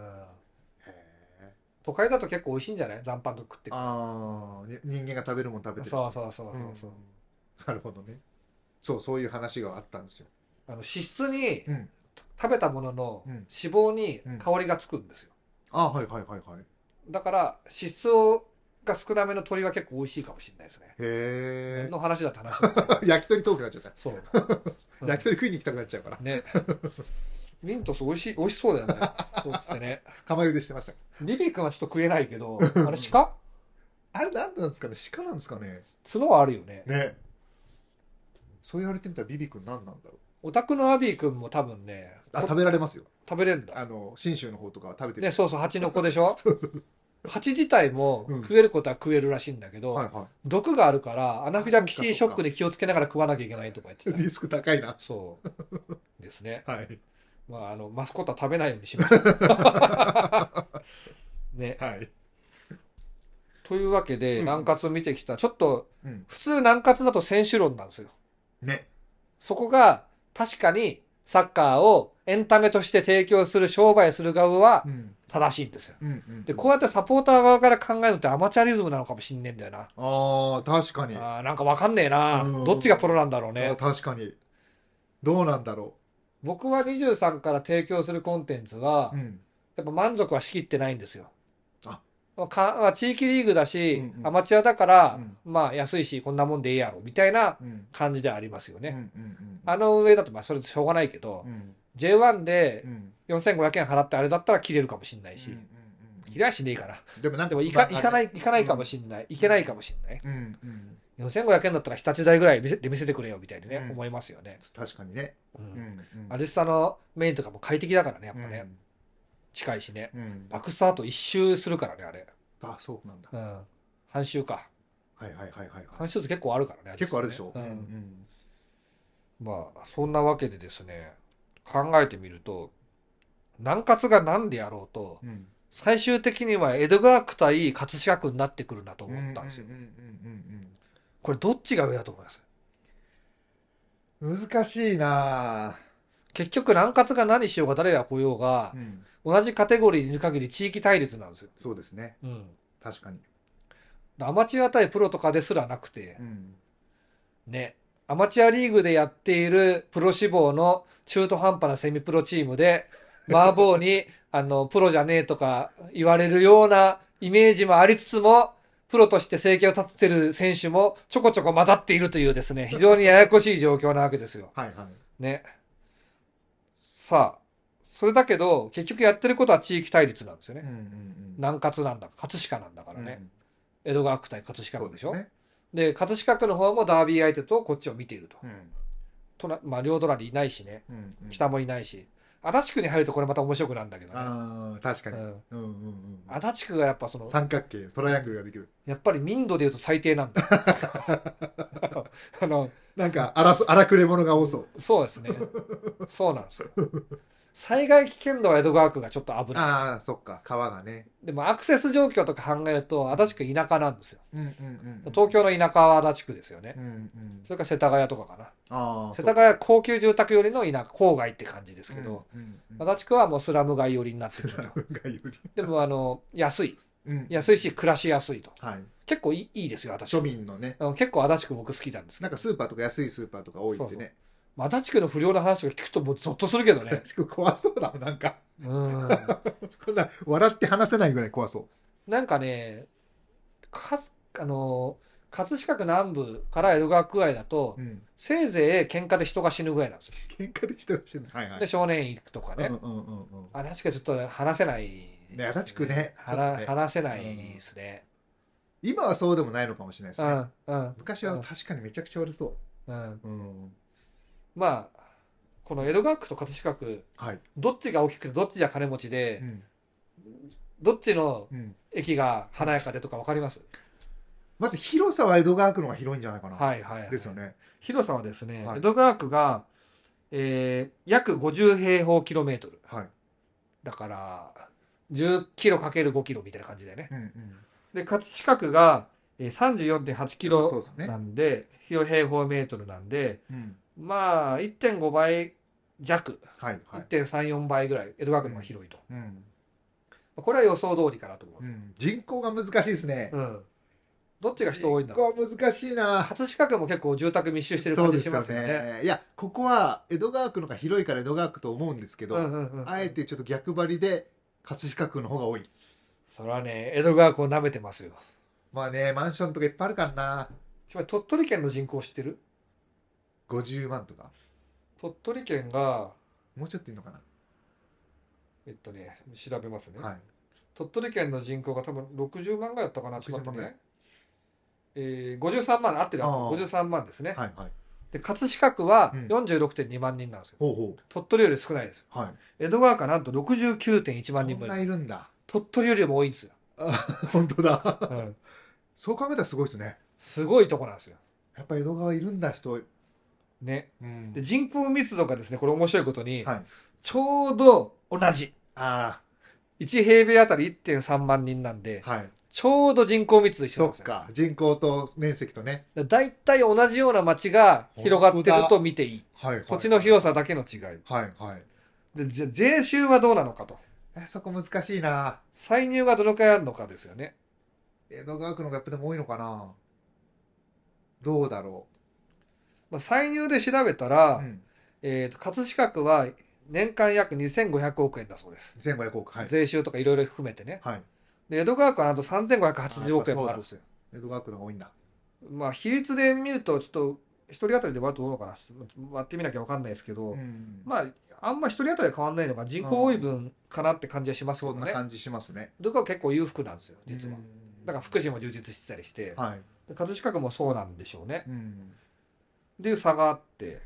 [SPEAKER 1] え
[SPEAKER 2] 都会だと結構美味しいんじゃない残飯とか食って
[SPEAKER 1] ああ人間が食べるもん食べてる
[SPEAKER 2] そうそうそうそうそう、
[SPEAKER 1] なるほどね。そう、そういう話があったんですよ。
[SPEAKER 2] あの脂質に
[SPEAKER 1] うん。
[SPEAKER 2] 食べたものの
[SPEAKER 1] うん
[SPEAKER 2] 脂肪に香りがつくんですよ、
[SPEAKER 1] あはいはいはいはい。へ
[SPEAKER 2] だから脂質をが少なめの鶏は結構美味しいかもしれないですね
[SPEAKER 1] え。
[SPEAKER 2] の話だった話なんですよ
[SPEAKER 1] 焼き鳥遠くなっちゃった。
[SPEAKER 2] そう、うん
[SPEAKER 1] 焼き鳥食いに行きたくなっちゃうから。
[SPEAKER 2] ねミントス美味しい美味しそうだよねそうっつってね
[SPEAKER 1] 釜茹でしてました。
[SPEAKER 2] リビ君はちょっと食えないけど、あれ鹿
[SPEAKER 1] あれなんなんですかね鹿なんですかね
[SPEAKER 2] 角はあるよね。
[SPEAKER 1] ね。そう言われてみたらビビ君何なんだろう。
[SPEAKER 2] オタクのアビー君も多分ね、
[SPEAKER 1] あ、
[SPEAKER 2] こ
[SPEAKER 1] 食べられますよ。
[SPEAKER 2] 食べれるんだ。
[SPEAKER 1] あの、信州の方とかは食べてる。
[SPEAKER 2] ね、そうそう、蜂の子で しょ蜂自体も
[SPEAKER 1] うん
[SPEAKER 2] 食えることは食えるらしいんだけど、
[SPEAKER 1] はいは
[SPEAKER 2] 毒があるからアナフィラキシーショックで気をつけながら食わなきゃいけないとか言って
[SPEAKER 1] い。
[SPEAKER 2] た。
[SPEAKER 1] リスク高いな。
[SPEAKER 2] そう。ですね。
[SPEAKER 1] はい。
[SPEAKER 2] まあ、あの、マスコットは食べないようにします。ね。
[SPEAKER 1] はい。
[SPEAKER 2] というわけで、
[SPEAKER 1] うん
[SPEAKER 2] 南葛見てきた。ちょっと、
[SPEAKER 1] うん。
[SPEAKER 2] 普通南葛だと選手論なんですよ。
[SPEAKER 1] ね。
[SPEAKER 2] そこが確かにサッカーをエンタメとして提供する商売する側は
[SPEAKER 1] うん。
[SPEAKER 2] 正しいんですよ。
[SPEAKER 1] うんうん。
[SPEAKER 2] で、こうやってサポーター側から考えるのってアマチュアリズムなのかもしんねえんだよな。
[SPEAKER 1] ああ、確かに。
[SPEAKER 2] あーなんかわかんねえな
[SPEAKER 1] うん。
[SPEAKER 2] どっちがプロなんだろう
[SPEAKER 1] あ
[SPEAKER 2] ね。
[SPEAKER 1] 確かに。どうなんだろ
[SPEAKER 2] 僕は23から提供するコンテンツは
[SPEAKER 1] う。う、ん。
[SPEAKER 2] やっぱ満足はしきってないんですよ。
[SPEAKER 1] あ
[SPEAKER 2] かまあ地域リーグだし
[SPEAKER 1] うんう、ん
[SPEAKER 2] アマチュアだから
[SPEAKER 1] うん、
[SPEAKER 2] まあ安いし、こんなもんでいいやろ、みたいな
[SPEAKER 1] うん。
[SPEAKER 2] 感じではありますよ
[SPEAKER 1] うん
[SPEAKER 2] ね。
[SPEAKER 1] うんうん。
[SPEAKER 2] あの運営だと、まあそれしょうがないけど
[SPEAKER 1] う、ん。
[SPEAKER 2] J1 で
[SPEAKER 1] うん。
[SPEAKER 2] 4500円払ってあれだったら切れるかもしんないし、
[SPEAKER 1] うんうんうん
[SPEAKER 2] 切れはしねえから
[SPEAKER 1] でもなんか。
[SPEAKER 2] でも行か行かないい行かないかもしんない、行けないかもしんない
[SPEAKER 1] うんうん。
[SPEAKER 2] 4500円だったら日立大ぐらい見せで見せてくれよみたいにね、
[SPEAKER 1] うん
[SPEAKER 2] 思いますよね、
[SPEAKER 1] 確かにね。
[SPEAKER 2] うん
[SPEAKER 1] うんうん。
[SPEAKER 2] アリスタのメインとかも快適だからねやっぱね、
[SPEAKER 1] うん
[SPEAKER 2] 近いしね
[SPEAKER 1] うん。
[SPEAKER 2] バックスタート一周するからねあれ、
[SPEAKER 1] あ、そうなんだ。
[SPEAKER 2] うん、半周か
[SPEAKER 1] はいはいはいはいは
[SPEAKER 2] 半周ず結構あるからね
[SPEAKER 1] い。結構あるでしょ。
[SPEAKER 2] アリスタねう
[SPEAKER 1] ん。
[SPEAKER 2] んまあそんなわけでですね考えてみると南葛が何でやろうと、
[SPEAKER 1] うん
[SPEAKER 2] 最終的には江戸川区対葛飾区になってくるなと思ったんですよ。
[SPEAKER 1] うんうん
[SPEAKER 2] これどっちが上だと思います
[SPEAKER 1] うんうん難しいなあ
[SPEAKER 2] 結局南葛が何しようが誰が来ようが
[SPEAKER 1] う、ん
[SPEAKER 2] 同じカテゴリーにいる限り地域対立なんですよ。
[SPEAKER 1] そうですね
[SPEAKER 2] うん。
[SPEAKER 1] 確かに、
[SPEAKER 2] アマチュア対プロとかですらなくて
[SPEAKER 1] う、ん、
[SPEAKER 2] ね。アマチュアリーグでやっているプロ志望の中途半端なセミプロチー ムで、麻婆に、あの、プロじゃねえとか言われるようなイメージもありつつも、プロとして生計を立ててる選手もちょこちょこ混ざっているというですね、非常にややこしい状況なわけですよ。
[SPEAKER 1] はいはい
[SPEAKER 2] ね。さあ、それだけど、結局やってることは地域対立なんですよね。
[SPEAKER 1] うんうんうん
[SPEAKER 2] 南葛なんだ葛飾なんだからね、江戸川区対葛
[SPEAKER 1] そ
[SPEAKER 2] 飾区
[SPEAKER 1] う
[SPEAKER 2] で
[SPEAKER 1] で
[SPEAKER 2] し
[SPEAKER 1] し
[SPEAKER 2] ょ
[SPEAKER 1] ょ
[SPEAKER 2] で,、
[SPEAKER 1] ね
[SPEAKER 2] 葛飾区の方もダービー相手とこっちを見ていると,、
[SPEAKER 1] ん
[SPEAKER 2] となまあ、両隣いないしね
[SPEAKER 1] うんうん
[SPEAKER 2] 北もいないし、足立区に入るとこれまた面白くなるんだけどね、
[SPEAKER 1] あー確か
[SPEAKER 2] う
[SPEAKER 1] に、
[SPEAKER 2] ん、
[SPEAKER 1] うんうんうん、
[SPEAKER 2] 足立区がやっぱその
[SPEAKER 1] 三角形トライアングルができる
[SPEAKER 2] やっぱり民度でいうと最低な んだあの
[SPEAKER 1] なんか荒そ荒くれ者が多そう
[SPEAKER 2] そうですねそうなんですよ災害危険度は江戸川区がちょっと危ない
[SPEAKER 1] ああそっか川がね
[SPEAKER 2] でもアクセス状況とか考えると足立区田舎なんですよ
[SPEAKER 1] うんうんうん
[SPEAKER 2] 東京の田舎は足立区ですよね、
[SPEAKER 1] うんうん
[SPEAKER 2] それから世田谷とかかな
[SPEAKER 1] ああ
[SPEAKER 2] 世田谷高級住宅寄りの田舎郊外って感じですけど、
[SPEAKER 1] うんうんうん
[SPEAKER 2] 足立区はもうスラム街寄りになってると
[SPEAKER 1] がより
[SPEAKER 2] でもあの安い
[SPEAKER 1] うん
[SPEAKER 2] 安いし暮らしやすいと
[SPEAKER 1] はい
[SPEAKER 2] 結構いいいいですよ足立
[SPEAKER 1] 庶
[SPEAKER 2] 区
[SPEAKER 1] 民のね
[SPEAKER 2] あの結構足立区僕好きなんです
[SPEAKER 1] な
[SPEAKER 2] け
[SPEAKER 1] んかスーパーとか安いスーパーとか多いってね
[SPEAKER 2] ど足立区の不良の話を聞くともうゾッとするけど ね
[SPEAKER 1] 確かに怖そうだもんなんか
[SPEAKER 2] うん
[SPEAKER 1] こんな笑って話せないぐらい怖そ
[SPEAKER 2] なんかねかあの葛飾区南部から江戸川区外だと、
[SPEAKER 1] う、うん、
[SPEAKER 2] せいぜい喧嘩で人が死ぬぐらいなんですよ
[SPEAKER 1] 喧嘩で人が死ぬはいは
[SPEAKER 2] で
[SPEAKER 1] い
[SPEAKER 2] 少年院行くとかね、
[SPEAKER 1] うんうんうんうん
[SPEAKER 2] 足立区はちょっとね話せないです、
[SPEAKER 1] ね足立区ね
[SPEAKER 2] は
[SPEAKER 1] ちょっと
[SPEAKER 2] ら
[SPEAKER 1] ね
[SPEAKER 2] 話せないですね。
[SPEAKER 1] 今はそうでもないのかもしれないです
[SPEAKER 2] う
[SPEAKER 1] ね
[SPEAKER 2] ん、うん、
[SPEAKER 1] 昔は確かにめちゃくちゃ悪そ
[SPEAKER 2] うん。
[SPEAKER 1] ううん
[SPEAKER 2] まあ、この江戸川区と葛飾区、
[SPEAKER 1] はい
[SPEAKER 2] どっちが大きくてどっちが金持ち
[SPEAKER 1] う
[SPEAKER 2] で、
[SPEAKER 1] ん
[SPEAKER 2] どっちの
[SPEAKER 1] うん
[SPEAKER 2] 駅が華やかでとかわかります
[SPEAKER 1] まず広さは江戸川区の方が広いんじゃないかな
[SPEAKER 2] はいはいはい
[SPEAKER 1] ですよね
[SPEAKER 2] 広さはですね、
[SPEAKER 1] はい
[SPEAKER 2] 江戸川区が、えー約50平方キロメートル。
[SPEAKER 1] はい
[SPEAKER 2] だから、10キロかける5キロみたいな感じだよね。
[SPEAKER 1] うんうん
[SPEAKER 2] で、葛飾区が、えー34.8キ
[SPEAKER 1] そう
[SPEAKER 2] ロ
[SPEAKER 1] ですね
[SPEAKER 2] なんで、広平方メートルなんで、
[SPEAKER 1] うん
[SPEAKER 2] まあ、1.5倍弱、
[SPEAKER 1] はいはい
[SPEAKER 2] 1.34倍ぐらい、江戸川区の方が広いと。
[SPEAKER 1] うん
[SPEAKER 2] まあこれは予想通りかなと思う
[SPEAKER 1] う。ん人口が難しいですね
[SPEAKER 2] うん。どっちが人多いんだろう。
[SPEAKER 1] 人口難しいな
[SPEAKER 2] 葛飾区も結構住宅密集してる
[SPEAKER 1] そ
[SPEAKER 2] 感
[SPEAKER 1] うで
[SPEAKER 2] じ
[SPEAKER 1] す
[SPEAKER 2] し
[SPEAKER 1] よ
[SPEAKER 2] ますよね。
[SPEAKER 1] いやここは江戸川区の方が広いから江戸川区と思うんですけど、
[SPEAKER 2] うんうんうん。
[SPEAKER 1] あえ。てちょっと逆張りで葛飾区の方が多い
[SPEAKER 2] それはね、江戸川区を舐めてますよ。
[SPEAKER 1] まあねマンションとかいっぱいあるからな
[SPEAKER 2] つまり鳥取県の人口知ってる
[SPEAKER 1] 50万とか
[SPEAKER 2] 鳥取県が、
[SPEAKER 1] もうちょっといいのかな、
[SPEAKER 2] えっとね、調べますね。
[SPEAKER 1] はい
[SPEAKER 2] 鳥取県の人口が多分60万ぐらいだったかな、ちょっと待っ
[SPEAKER 1] 60万ぐ
[SPEAKER 2] て
[SPEAKER 1] ら
[SPEAKER 2] ね。えー、53万、合ってる合ってる、53万ですね。
[SPEAKER 1] はいはい
[SPEAKER 2] で、葛飾区は
[SPEAKER 1] うん
[SPEAKER 2] 46.2万人なんですよ。
[SPEAKER 1] ほうほ
[SPEAKER 2] 鳥取より少ないです。
[SPEAKER 1] うはい
[SPEAKER 2] 江戸川区はなんと69.1
[SPEAKER 1] こ
[SPEAKER 2] 万人
[SPEAKER 1] ん
[SPEAKER 2] 分
[SPEAKER 1] ないるんだ
[SPEAKER 2] 鳥取よりも多いんですよ、
[SPEAKER 1] 本当だそう考えたらすごいですね
[SPEAKER 2] すごいとこなんですよ
[SPEAKER 1] やっぱ江戸川いるんだ人
[SPEAKER 2] ね
[SPEAKER 1] うん
[SPEAKER 2] で人口密度がですねこれ面白いことに、
[SPEAKER 1] はい
[SPEAKER 2] ちょうど同じ
[SPEAKER 1] あ
[SPEAKER 2] 1平米あたり1.3万人なんで
[SPEAKER 1] あはい
[SPEAKER 2] ちょうど人口密度一緒
[SPEAKER 1] そ
[SPEAKER 2] なんで
[SPEAKER 1] っ
[SPEAKER 2] すよ
[SPEAKER 1] か人口と面積とね
[SPEAKER 2] だだいたい同じような町が広がってると見ていい
[SPEAKER 1] はい、はい、
[SPEAKER 2] 土地の広さだけの違い
[SPEAKER 1] はいはい
[SPEAKER 2] でじゃあ税収はどうなのかと
[SPEAKER 1] えそこ難しいな
[SPEAKER 2] 歳入がどのくらいあるのかですよね
[SPEAKER 1] 江戸川区の方がやっぱでも多いのかなどうだろ
[SPEAKER 2] まあ、歳入で調べた
[SPEAKER 1] う、
[SPEAKER 2] ら、
[SPEAKER 1] うん、
[SPEAKER 2] えーと葛飾区は年間約2500億円だそうです
[SPEAKER 1] 1500億はい、
[SPEAKER 2] 税収とかいろいろ含めてね。
[SPEAKER 1] はい、
[SPEAKER 2] で、江戸川区はなんと3580億円もあるんですよ。
[SPEAKER 1] 江戸川区の方が多いんだ
[SPEAKER 2] まあ、比率で見ると、ちょっと、一人当たりで割るとどうのかな。割ってみなきゃわかんないですけど、
[SPEAKER 1] ん
[SPEAKER 2] まあ、あんま一人当たりは変わんないのが人口多い分かなって感じはしますけ
[SPEAKER 1] そ
[SPEAKER 2] ど
[SPEAKER 1] んな
[SPEAKER 2] ね。
[SPEAKER 1] 感じしますね
[SPEAKER 2] 江戸川区結構裕福なんですよ、実は。だから福
[SPEAKER 1] 祉
[SPEAKER 2] 祉も充実してたりして、
[SPEAKER 1] はい、
[SPEAKER 2] で葛飾区もそうなんでしょうね。
[SPEAKER 1] うん
[SPEAKER 2] っていう差があって、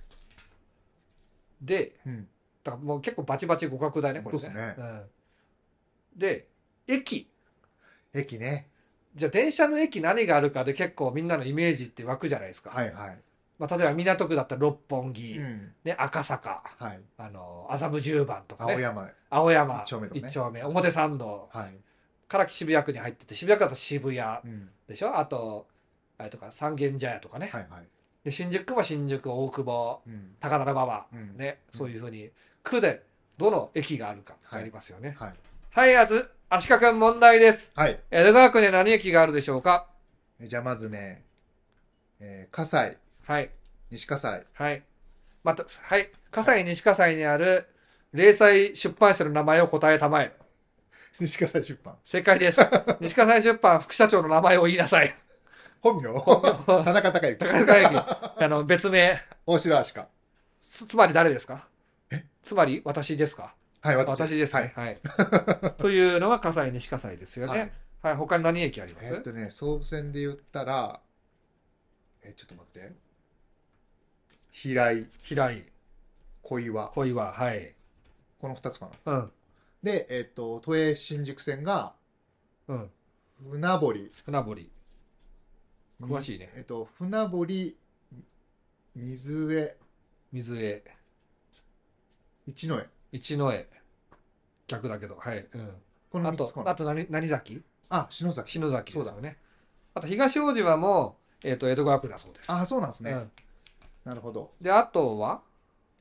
[SPEAKER 2] で、
[SPEAKER 1] うん、
[SPEAKER 2] だからもう結構バチバチ互角だね、これね。
[SPEAKER 1] そうです
[SPEAKER 2] うんで、駅。
[SPEAKER 1] 駅ね
[SPEAKER 2] じゃあ電車の駅何があるかで結構みんなのイメージって湧くじゃないですか。
[SPEAKER 1] はいはい
[SPEAKER 2] まあ、例えば港区だったら六本木、
[SPEAKER 1] うん
[SPEAKER 2] ね、赤坂、
[SPEAKER 1] はい、
[SPEAKER 2] あの、麻布十番とかね、
[SPEAKER 1] 青山、
[SPEAKER 2] 青山
[SPEAKER 1] 一丁目とかね
[SPEAKER 2] 一表参道
[SPEAKER 1] はい、
[SPEAKER 2] から渋谷区に入ってて、渋谷区だと渋谷
[SPEAKER 1] うん、
[SPEAKER 2] でしょあと、あれとか、三軒茶屋とかね、
[SPEAKER 1] はいはい、
[SPEAKER 2] で、新宿区は新宿、大久保、
[SPEAKER 1] うん、
[SPEAKER 2] 高田馬場、
[SPEAKER 1] うん
[SPEAKER 2] ね、
[SPEAKER 1] うん
[SPEAKER 2] そういうふうに、区でどの駅があるかやりますよね。
[SPEAKER 1] はい、
[SPEAKER 2] はい、あず、足利君問題です。
[SPEAKER 1] はい、
[SPEAKER 2] 江戸川区に何駅があるでしょうか
[SPEAKER 1] えじゃあまずね、えー、葛西、
[SPEAKER 2] はい、
[SPEAKER 1] 西葛西、
[SPEAKER 2] はい。また、はい、葛西西葛西にある、零細出版社の名前を答えたまえ。
[SPEAKER 1] 西葛西出版、
[SPEAKER 2] 正 解です。西葛西出版副社長の名前を言いなさい。
[SPEAKER 1] 本名、
[SPEAKER 2] 本 名
[SPEAKER 1] 田中孝之、
[SPEAKER 2] 高塚駅、あの、別名、
[SPEAKER 1] 大城アシカ、
[SPEAKER 2] つつまり誰ですかつまり私ですか
[SPEAKER 1] はい、私
[SPEAKER 2] 私です
[SPEAKER 1] はい
[SPEAKER 2] ね。はい。 というのが葛西西葛西ですよ
[SPEAKER 1] はい
[SPEAKER 2] ね。はい、他に何駅あります
[SPEAKER 1] えっとね、総武線で言ったら、え、ちょっと待って。平井、
[SPEAKER 2] 平井、
[SPEAKER 1] 小岩、
[SPEAKER 2] 小岩、はい。
[SPEAKER 1] この2つかな。
[SPEAKER 2] うん、
[SPEAKER 1] で、えっと、都営新宿線が、
[SPEAKER 2] うん。
[SPEAKER 1] 船堀、
[SPEAKER 2] 船堀。詳しいね。
[SPEAKER 1] えっと、船堀、水江、
[SPEAKER 2] 水江、
[SPEAKER 1] 一の江。
[SPEAKER 2] 一之江。逆だけど、はい。うん。
[SPEAKER 1] この
[SPEAKER 2] あ
[SPEAKER 1] 3
[SPEAKER 2] と
[SPEAKER 1] つか、な。
[SPEAKER 2] あ
[SPEAKER 1] あ
[SPEAKER 2] と何、何崎
[SPEAKER 1] 篠崎。
[SPEAKER 2] 篠崎ですよね。あと、東大島も、えっと、江戸川区だそうです。
[SPEAKER 1] あ、そうなんです
[SPEAKER 2] う
[SPEAKER 1] ね。
[SPEAKER 2] ん
[SPEAKER 1] なるほど。
[SPEAKER 2] で、あとは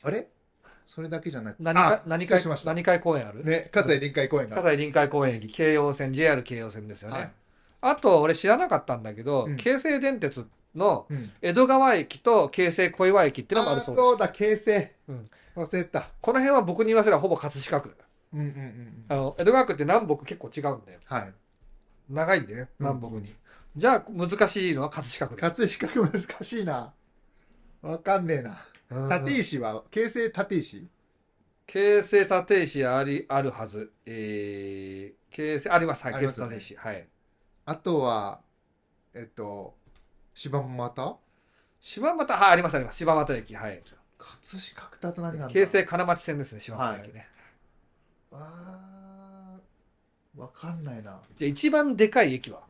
[SPEAKER 1] あれそれだけじゃなく
[SPEAKER 2] 何か
[SPEAKER 1] あ、
[SPEAKER 2] 何
[SPEAKER 1] 失礼
[SPEAKER 2] 回
[SPEAKER 1] しま、した。
[SPEAKER 2] 何回公園ある
[SPEAKER 1] ね、葛西臨海公園が。
[SPEAKER 2] 葛西臨海公園駅京葉線 JR 京葉線ですよね、
[SPEAKER 1] はい
[SPEAKER 2] あと俺知らなかったんだけど、
[SPEAKER 1] うん
[SPEAKER 2] 京成電鉄の
[SPEAKER 1] うん。
[SPEAKER 2] 江戸川駅と京成小岩駅ってのもあ
[SPEAKER 1] あ
[SPEAKER 2] る
[SPEAKER 1] ー、
[SPEAKER 2] そうです
[SPEAKER 1] そうだ、京成
[SPEAKER 2] うん。
[SPEAKER 1] 忘れた。
[SPEAKER 2] この辺は僕に言わせればほぼ葛飾区
[SPEAKER 1] うんうんうんうん。
[SPEAKER 2] あの江戸川区って南北結構違うんだよ
[SPEAKER 1] はい。
[SPEAKER 2] 長いんでね南北に、じゃあ難しいのは葛飾区です
[SPEAKER 1] 葛飾区難しいな。わかんねえな。
[SPEAKER 2] うん
[SPEAKER 1] 立石は、京成立石
[SPEAKER 2] 京成立石ありあるはずえー、京成ありますはい
[SPEAKER 1] あり
[SPEAKER 2] 京
[SPEAKER 1] ます
[SPEAKER 2] 成
[SPEAKER 1] よね
[SPEAKER 2] 立石、はい
[SPEAKER 1] あとは、えっと、柴又
[SPEAKER 2] 柴又はいありますあります柴又駅はい
[SPEAKER 1] 葛飾区だと何なんだ
[SPEAKER 2] 京成金町線ですね柴又駅ね、
[SPEAKER 1] あーわかんないな。
[SPEAKER 2] じゃあ一番でかい駅は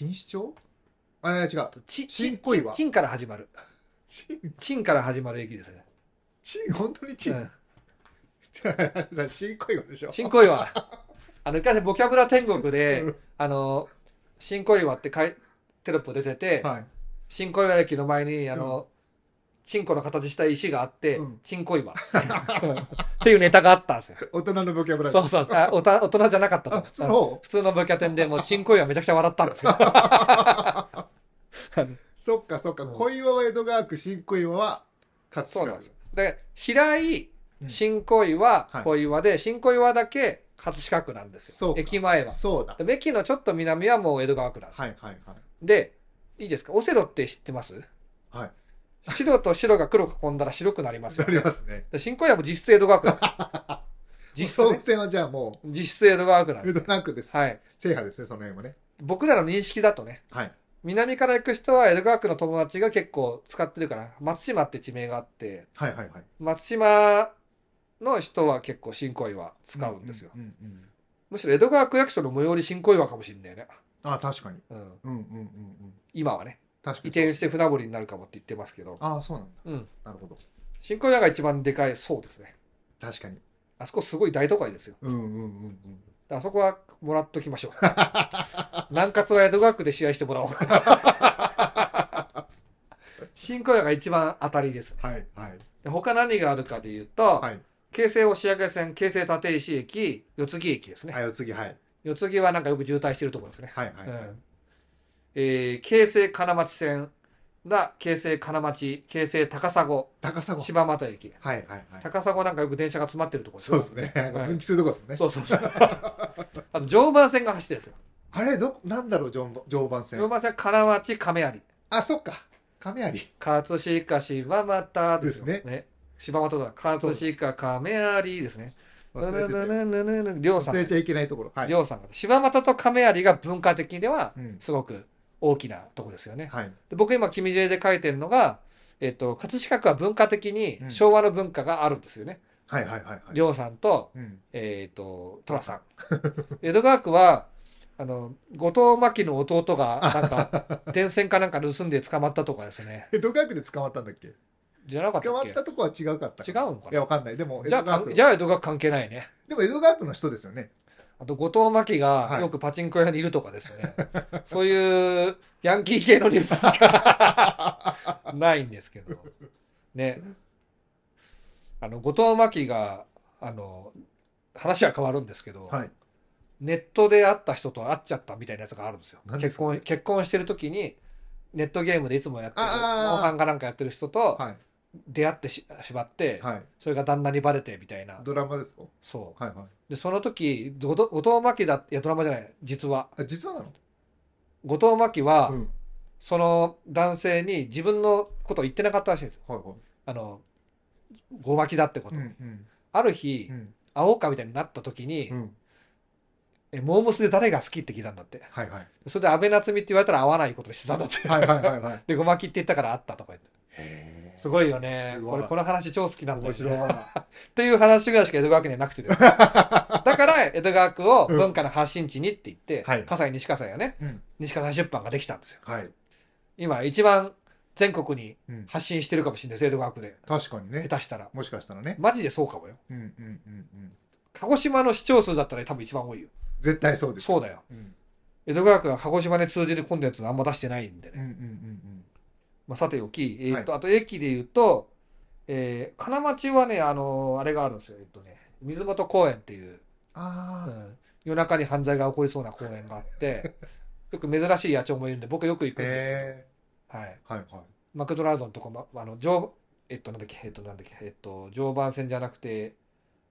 [SPEAKER 1] 錦糸町あ、いや違う。
[SPEAKER 2] ち、
[SPEAKER 1] ちん
[SPEAKER 2] ち、
[SPEAKER 1] こいわ
[SPEAKER 2] ちんから始まる。
[SPEAKER 1] ち
[SPEAKER 2] ちんから始まる駅ですね。
[SPEAKER 1] ちん、本当にちん。 新小岩でしょ。
[SPEAKER 2] ちんこ いわ。あの、昔ボキャブラ天国で
[SPEAKER 1] うん、
[SPEAKER 2] あの、ちんこいわってかいテロップ出てて、
[SPEAKER 1] はい。
[SPEAKER 2] ちんこいわ駅の前に、あの、ちんこの形した石があって
[SPEAKER 1] うん、
[SPEAKER 2] ちんこいわ。っていうネタがあったんですよ。
[SPEAKER 1] 大人のボキャブラリー。
[SPEAKER 2] そうそうそう。あおた大人じゃなかったと
[SPEAKER 1] あ、
[SPEAKER 2] 思う
[SPEAKER 1] 普通の。方
[SPEAKER 2] 普通のブキャテンでもうちんこいわめちゃくちゃ笑ったんで すよ。
[SPEAKER 1] そっかそっか。
[SPEAKER 2] うん
[SPEAKER 1] 小岩は江戸川区、新小岩は葛
[SPEAKER 2] そうなん
[SPEAKER 1] 飾区
[SPEAKER 2] です。。だから、平井
[SPEAKER 1] う、ん
[SPEAKER 2] 新小岩
[SPEAKER 1] はい、
[SPEAKER 2] 小岩で、新小岩だけ葛飾区なんです
[SPEAKER 1] そう
[SPEAKER 2] よ。
[SPEAKER 1] か
[SPEAKER 2] 駅前は。
[SPEAKER 1] そうだ。
[SPEAKER 2] で駅のちょっと南はもう江戸川区なんですよ。
[SPEAKER 1] はいはいはい。
[SPEAKER 2] で、いいですかオセロって知ってます
[SPEAKER 1] はい。
[SPEAKER 2] 白と白が黒く囲んだら白くなります
[SPEAKER 1] あ
[SPEAKER 2] よ。
[SPEAKER 1] りますね。
[SPEAKER 2] で新小岩も実質江戸川区なんですよ。 実質
[SPEAKER 1] 総
[SPEAKER 2] ね
[SPEAKER 1] 武線はじゃあも
[SPEAKER 2] 実質江戸川区なん
[SPEAKER 1] う、江
[SPEAKER 2] で
[SPEAKER 1] 戸川区です。
[SPEAKER 2] す。はい。
[SPEAKER 1] 制覇ですね、その辺もね。
[SPEAKER 2] 僕らの認識だとね、
[SPEAKER 1] はい。
[SPEAKER 2] 南から行く人は江戸川区の友達が結構使ってるから、松島って地名があって、
[SPEAKER 1] はいはいはい。
[SPEAKER 2] 松島の人は結構新小岩使うんですよ。
[SPEAKER 1] うんうん
[SPEAKER 2] むしろ江戸川区役所の最寄り新小岩かもしれないね。
[SPEAKER 1] ああ、確かに。
[SPEAKER 2] うん。
[SPEAKER 1] うんうんうんうん。
[SPEAKER 2] 今はね、
[SPEAKER 1] 確か
[SPEAKER 2] 移
[SPEAKER 1] に。
[SPEAKER 2] 転して船堀になるかもって言ってますけど。
[SPEAKER 1] ああ、そうなんだ。
[SPEAKER 2] うん。
[SPEAKER 1] なるほど。
[SPEAKER 2] 新小岩が一番でかいそうですね。
[SPEAKER 1] 確かに。
[SPEAKER 2] あそこすごい大都会ですよ。
[SPEAKER 1] うんうんうんうん。
[SPEAKER 2] あそこはもらっときま しょう。南葛は江戸川区で試合してもらおう。 新小岩が一番当たりです。
[SPEAKER 1] はいはい。
[SPEAKER 2] で他何があるかで言うと、
[SPEAKER 1] はい。
[SPEAKER 2] 京成押上線、京成立石駅、四ツ木駅ですね。
[SPEAKER 1] はい、お次、はい。
[SPEAKER 2] 四ツ木はなんかよく渋滞してるところですね。
[SPEAKER 1] はいはいはい。
[SPEAKER 2] うんえー京成金町線が京成金町、京成高砂、
[SPEAKER 1] 高砂。はい
[SPEAKER 2] 柴又駅。
[SPEAKER 1] はいはい。
[SPEAKER 2] 高砂なんかよく電車が詰まってるところ
[SPEAKER 1] そうですね。なんか分岐するとこですね。
[SPEAKER 2] そうそうそう。あと、常磐線が走ってるんですよ。
[SPEAKER 1] あれ、ど、なんだろう、常磐常磐
[SPEAKER 2] 常
[SPEAKER 1] 線。
[SPEAKER 2] 磐線は金町、亀有。
[SPEAKER 1] あ、そっか。亀有。
[SPEAKER 2] 葛飾、柴又ですよ
[SPEAKER 1] です
[SPEAKER 2] ね。柴又だ。葛飾、亀有ですね。
[SPEAKER 1] 忘れてて
[SPEAKER 2] りょうさ
[SPEAKER 1] 忘れ
[SPEAKER 2] ん。
[SPEAKER 1] ちゃいけないところ。はい。
[SPEAKER 2] り
[SPEAKER 1] は
[SPEAKER 2] ょうさんが。柴又と亀有が文化的では
[SPEAKER 1] うん、
[SPEAKER 2] すごく大きなとこですよね。
[SPEAKER 1] い。
[SPEAKER 2] で僕今、君 J で書いてるのが、えっと、葛飾区は文化的に
[SPEAKER 1] うん
[SPEAKER 2] 昭和の文化があるんですよね。
[SPEAKER 1] はいはいはいはい。
[SPEAKER 2] りょうさんと、
[SPEAKER 1] うん。
[SPEAKER 2] えっと、寅さん。江戸川区は、あの後藤真希の弟がな んか電線かなんか盗んで捕まったとかですね
[SPEAKER 1] 江戸川区で捕まったんだっけ
[SPEAKER 2] じゃなかった
[SPEAKER 1] 捕
[SPEAKER 2] っ
[SPEAKER 1] ま
[SPEAKER 2] け
[SPEAKER 1] ったとこは違うかった
[SPEAKER 2] 違うのか
[SPEAKER 1] いやわかんないでも江
[SPEAKER 2] じゃあ
[SPEAKER 1] 戸川
[SPEAKER 2] か
[SPEAKER 1] 区
[SPEAKER 2] んじゃあ江戸川区関係ないね
[SPEAKER 1] でも江戸川区の人ですよ ね
[SPEAKER 2] あと後藤真希が
[SPEAKER 1] はい
[SPEAKER 2] よくパチンコ屋にいるとかですよ ね、そういうヤンキー系のニュースしかないんですけどねあの後藤真希があの話は変わるんですけど、
[SPEAKER 1] はい
[SPEAKER 2] ネットで会った人と会っちゃったみたいなやつがあるんですよ。
[SPEAKER 1] 何で
[SPEAKER 2] 結
[SPEAKER 1] すか
[SPEAKER 2] 婚結婚してる時にネットゲームでいつもやってる
[SPEAKER 1] あああ
[SPEAKER 2] お
[SPEAKER 1] あ
[SPEAKER 2] かんかなんかやってる人と
[SPEAKER 1] はい
[SPEAKER 2] 出会ってししまって、
[SPEAKER 1] はい
[SPEAKER 2] それが旦那にバレてみたいな
[SPEAKER 1] ドラマですか
[SPEAKER 2] そ
[SPEAKER 1] はいはいう
[SPEAKER 2] でその時後藤後藤真希だいやドラマじゃない実は
[SPEAKER 1] あ実はなの
[SPEAKER 2] 後藤真希は、
[SPEAKER 1] うん
[SPEAKER 2] その男性に自分のことを言ってなかったらしいんですよ
[SPEAKER 1] はいはい
[SPEAKER 2] あのごまきだってこと、
[SPEAKER 1] うんうん
[SPEAKER 2] ある日、
[SPEAKER 1] うん
[SPEAKER 2] 会おうかみたいになった時に、
[SPEAKER 1] うん
[SPEAKER 2] えモームスで誰が好きって聞いたんだって
[SPEAKER 1] はいはい
[SPEAKER 2] それで安倍夏実って言われたら会わないことにしてたんだって
[SPEAKER 1] はいはいはい はい
[SPEAKER 2] で、ごまきって言ったからあったとか言って。
[SPEAKER 1] へ
[SPEAKER 2] すごいよね
[SPEAKER 1] す。ごい
[SPEAKER 2] これ、この話超好きなんだよ、
[SPEAKER 1] 面白い
[SPEAKER 2] ね。っていう話ぐらいしか江戸川区にはなくてですね だから、江戸川区を文化の発信地にって言 って、
[SPEAKER 1] はい
[SPEAKER 2] 葛西西葛西がね、
[SPEAKER 1] うん
[SPEAKER 2] 西葛西出版ができたんですよ。
[SPEAKER 1] はい
[SPEAKER 2] 今、一番全国に
[SPEAKER 1] うん
[SPEAKER 2] 発信してるかもしれないです、江戸川区で。
[SPEAKER 1] 確かにね
[SPEAKER 2] 下手したら。
[SPEAKER 1] もしかしたらね
[SPEAKER 2] マジでそうかもよ。
[SPEAKER 1] うんうんうんうん
[SPEAKER 2] 鹿児島の視聴数だったら多分一番多いよ。
[SPEAKER 1] 絶対そうです
[SPEAKER 2] そうだよ。
[SPEAKER 1] うん
[SPEAKER 2] 江戸川区が鹿児島で通じるコンテンツあんま出してないんでね
[SPEAKER 1] うん。うんうん
[SPEAKER 2] まあ、さておき、えーと
[SPEAKER 1] は
[SPEAKER 2] あと駅で言うと、えー金町はね、あのーあれがあるんですよ、えっとね、水元公園っていう、
[SPEAKER 1] あ
[SPEAKER 2] う
[SPEAKER 1] あ
[SPEAKER 2] ん夜中に犯罪が起こりそうな公園が あって、よく珍しい野鳥もいるんで、僕よく行くんですけ
[SPEAKER 1] へ
[SPEAKER 2] ど、はい、
[SPEAKER 1] えはいはい
[SPEAKER 2] マクドナルドのとこ、ま、あの常えっと、なんだっけ、えっと、なんだっけ、えっと、常磐線じゃなくて、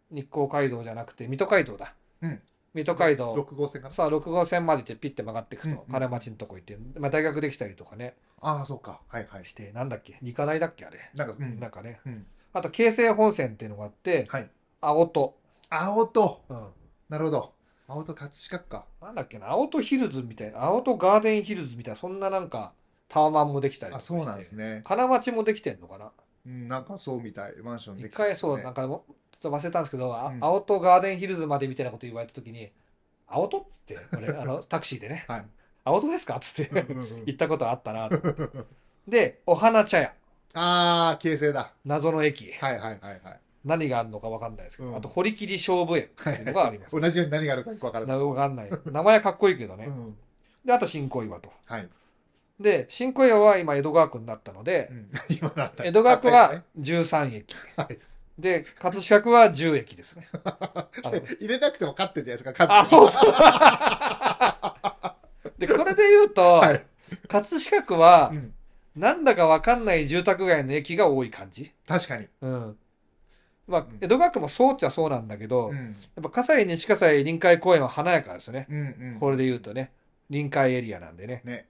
[SPEAKER 2] 日光街道じゃなくて、水戸街道だ。
[SPEAKER 1] うん
[SPEAKER 2] 水戸街道、
[SPEAKER 1] 六号線かな
[SPEAKER 2] さあ、6号線まで行って、ピッて曲がっていく
[SPEAKER 1] う
[SPEAKER 2] と
[SPEAKER 1] ん、うん
[SPEAKER 2] 金町のとこ行って、まあ、大学できたりとかね、
[SPEAKER 1] ああそうかはいはい
[SPEAKER 2] して、なんだっけ、理科大だっけ、あれ。
[SPEAKER 1] なんかうん
[SPEAKER 2] なんかね、
[SPEAKER 1] うん
[SPEAKER 2] あと京成本線っていうのがあって
[SPEAKER 1] はい
[SPEAKER 2] 青戸、
[SPEAKER 1] 青と
[SPEAKER 2] うん、
[SPEAKER 1] なるほど青と葛飾区か
[SPEAKER 2] なんだっけな青戸ヒルズみたいな青戸ガーデンヒルズみたいなそんななんかタワマンもできたりと
[SPEAKER 1] あ
[SPEAKER 2] かして
[SPEAKER 1] そうなんですね
[SPEAKER 2] 金町もできてんのかな
[SPEAKER 1] うんなんかそうみたいマンション
[SPEAKER 2] 一
[SPEAKER 1] できた
[SPEAKER 2] 回
[SPEAKER 1] りと
[SPEAKER 2] そ
[SPEAKER 1] か
[SPEAKER 2] う
[SPEAKER 1] ね
[SPEAKER 2] なんかもちょっと忘れたんですけど、あ
[SPEAKER 1] うん
[SPEAKER 2] 青戸ガーデンヒルズまでみたいなこと言われた時に「青戸?」っつって 俺あのタクシーでね
[SPEAKER 1] はい
[SPEAKER 2] 「青戸ですか?」っつって
[SPEAKER 1] うんうんうん
[SPEAKER 2] 行ったことあったなと思ってでお花茶屋
[SPEAKER 1] ああ形成だ
[SPEAKER 2] 謎の駅
[SPEAKER 1] はいはいはいはい
[SPEAKER 2] 何があるのか分かんないですけど、
[SPEAKER 1] うん
[SPEAKER 2] あと堀切勝負園っていうのがあります
[SPEAKER 1] 同じように何があるかよくわからない
[SPEAKER 2] な分か んない名前はかっこいいけどね、
[SPEAKER 1] うん
[SPEAKER 2] で、あと新小岩と。
[SPEAKER 1] はい
[SPEAKER 2] で、新小岩は今江戸川区になったので
[SPEAKER 1] う、ん今だった
[SPEAKER 2] 江戸川区
[SPEAKER 1] あっ
[SPEAKER 2] は13駅。
[SPEAKER 1] はい
[SPEAKER 2] で、葛飾区は10駅で すね。
[SPEAKER 1] た
[SPEAKER 2] あ
[SPEAKER 1] よね
[SPEAKER 2] の
[SPEAKER 1] 入れなくても勝ってるじゃないですか
[SPEAKER 2] あ、そうう そう。で、これで言うと、
[SPEAKER 1] はい
[SPEAKER 2] 葛飾区は
[SPEAKER 1] う、ん
[SPEAKER 2] なんだかわかんない住宅街の駅が多い感じ。
[SPEAKER 1] 確かに
[SPEAKER 2] うん。まあ
[SPEAKER 1] ん、
[SPEAKER 2] 江戸川区もそうっちゃそうなんだけど、
[SPEAKER 1] う
[SPEAKER 2] や
[SPEAKER 1] ん
[SPEAKER 2] っぱ葛西西葛西臨海公園は華やかですよね。
[SPEAKER 1] うんうん
[SPEAKER 2] これで言うとね、臨海エリアなんでね。
[SPEAKER 1] ね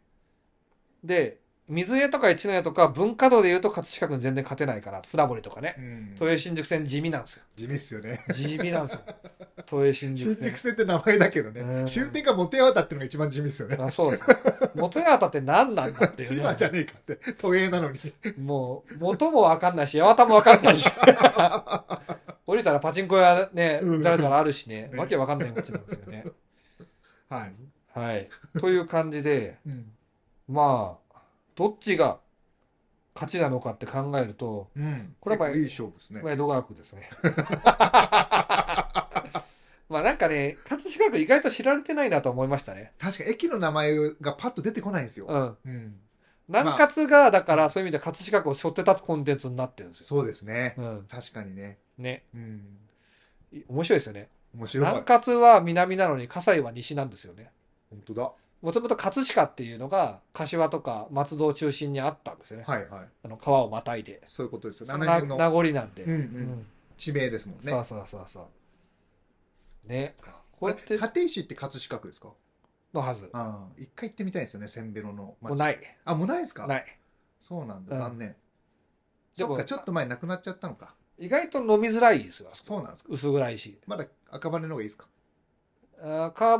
[SPEAKER 2] で、水江とか一の江とか文化道で言うと葛飾区に全然勝てないかな。船堀とかね。
[SPEAKER 1] うん
[SPEAKER 2] 都営新宿線地味なんですよ。
[SPEAKER 1] 地味っすよね
[SPEAKER 2] 地味なん ですよ。都営新宿
[SPEAKER 1] 新
[SPEAKER 2] 線
[SPEAKER 1] 宿。線って名前だけど
[SPEAKER 2] う
[SPEAKER 1] ね
[SPEAKER 2] ん
[SPEAKER 1] 終点がモテヤワタってのが一番地味っすよね
[SPEAKER 2] あそうです、ね。元八幡って何なんだってい
[SPEAKER 1] 千
[SPEAKER 2] う
[SPEAKER 1] 葉じゃ
[SPEAKER 2] ね。
[SPEAKER 1] ねえかって都営なのに
[SPEAKER 2] もう、元もわかんないし、八幡もわか んないし。降りたらパチンコ屋ね
[SPEAKER 1] う、ん
[SPEAKER 2] だらだらあるしね、
[SPEAKER 1] ね
[SPEAKER 2] わけわかんない街なんですよね。
[SPEAKER 1] はい
[SPEAKER 2] はい。という感じで、
[SPEAKER 1] うん
[SPEAKER 2] まあ、どっちが勝ちなのかって考えると、
[SPEAKER 1] うん
[SPEAKER 2] これはやっぱり
[SPEAKER 1] 結構いい勝負ですね
[SPEAKER 2] まあ、江戸川区ですね。 まあなんかね、葛飾区意外と知られてないなと思いましたね。
[SPEAKER 1] 確かに駅の名前がパッと出てこないんですよ
[SPEAKER 2] うん。
[SPEAKER 1] うん
[SPEAKER 2] 南葛が、だからそういう意味で葛飾区を背負って立つコンテンツになってるんですよ。
[SPEAKER 1] そうですね
[SPEAKER 2] うん。
[SPEAKER 1] 確かにね
[SPEAKER 2] ね。
[SPEAKER 1] うん
[SPEAKER 2] い面白いですよね。
[SPEAKER 1] 面白い
[SPEAKER 2] 南葛は南なのに、葛西は西なんですよね。
[SPEAKER 1] 本当だ
[SPEAKER 2] もともと葛飾っていうのが、柏とか松戸を中心にあったんですよね。
[SPEAKER 1] はいはい
[SPEAKER 2] あの川をまたいで。
[SPEAKER 1] そういうことですよね
[SPEAKER 2] そ
[SPEAKER 1] あの
[SPEAKER 2] のな
[SPEAKER 1] 辺
[SPEAKER 2] 名
[SPEAKER 1] の
[SPEAKER 2] 残なんで。
[SPEAKER 1] うんうん
[SPEAKER 2] うん
[SPEAKER 1] 地名ですもんね
[SPEAKER 2] そうそうそうそう。ね。こうやっ
[SPEAKER 1] え
[SPEAKER 2] て、
[SPEAKER 1] 立石って葛飾区ですか
[SPEAKER 2] のはず。
[SPEAKER 1] ああ一回行ってみたいんですよねせんべろの
[SPEAKER 2] もう
[SPEAKER 1] 町
[SPEAKER 2] ない。
[SPEAKER 1] あもうないですか
[SPEAKER 2] ない。
[SPEAKER 1] そうなんだ
[SPEAKER 2] うん
[SPEAKER 1] 残念
[SPEAKER 2] でも
[SPEAKER 1] そっかちょっと前なくなっちゃったのか
[SPEAKER 2] 意外と飲みづらいですよ、あそこ
[SPEAKER 1] そうなんですか
[SPEAKER 2] 薄暗いし。
[SPEAKER 1] まだ赤羽の方がいいですか
[SPEAKER 2] あー赤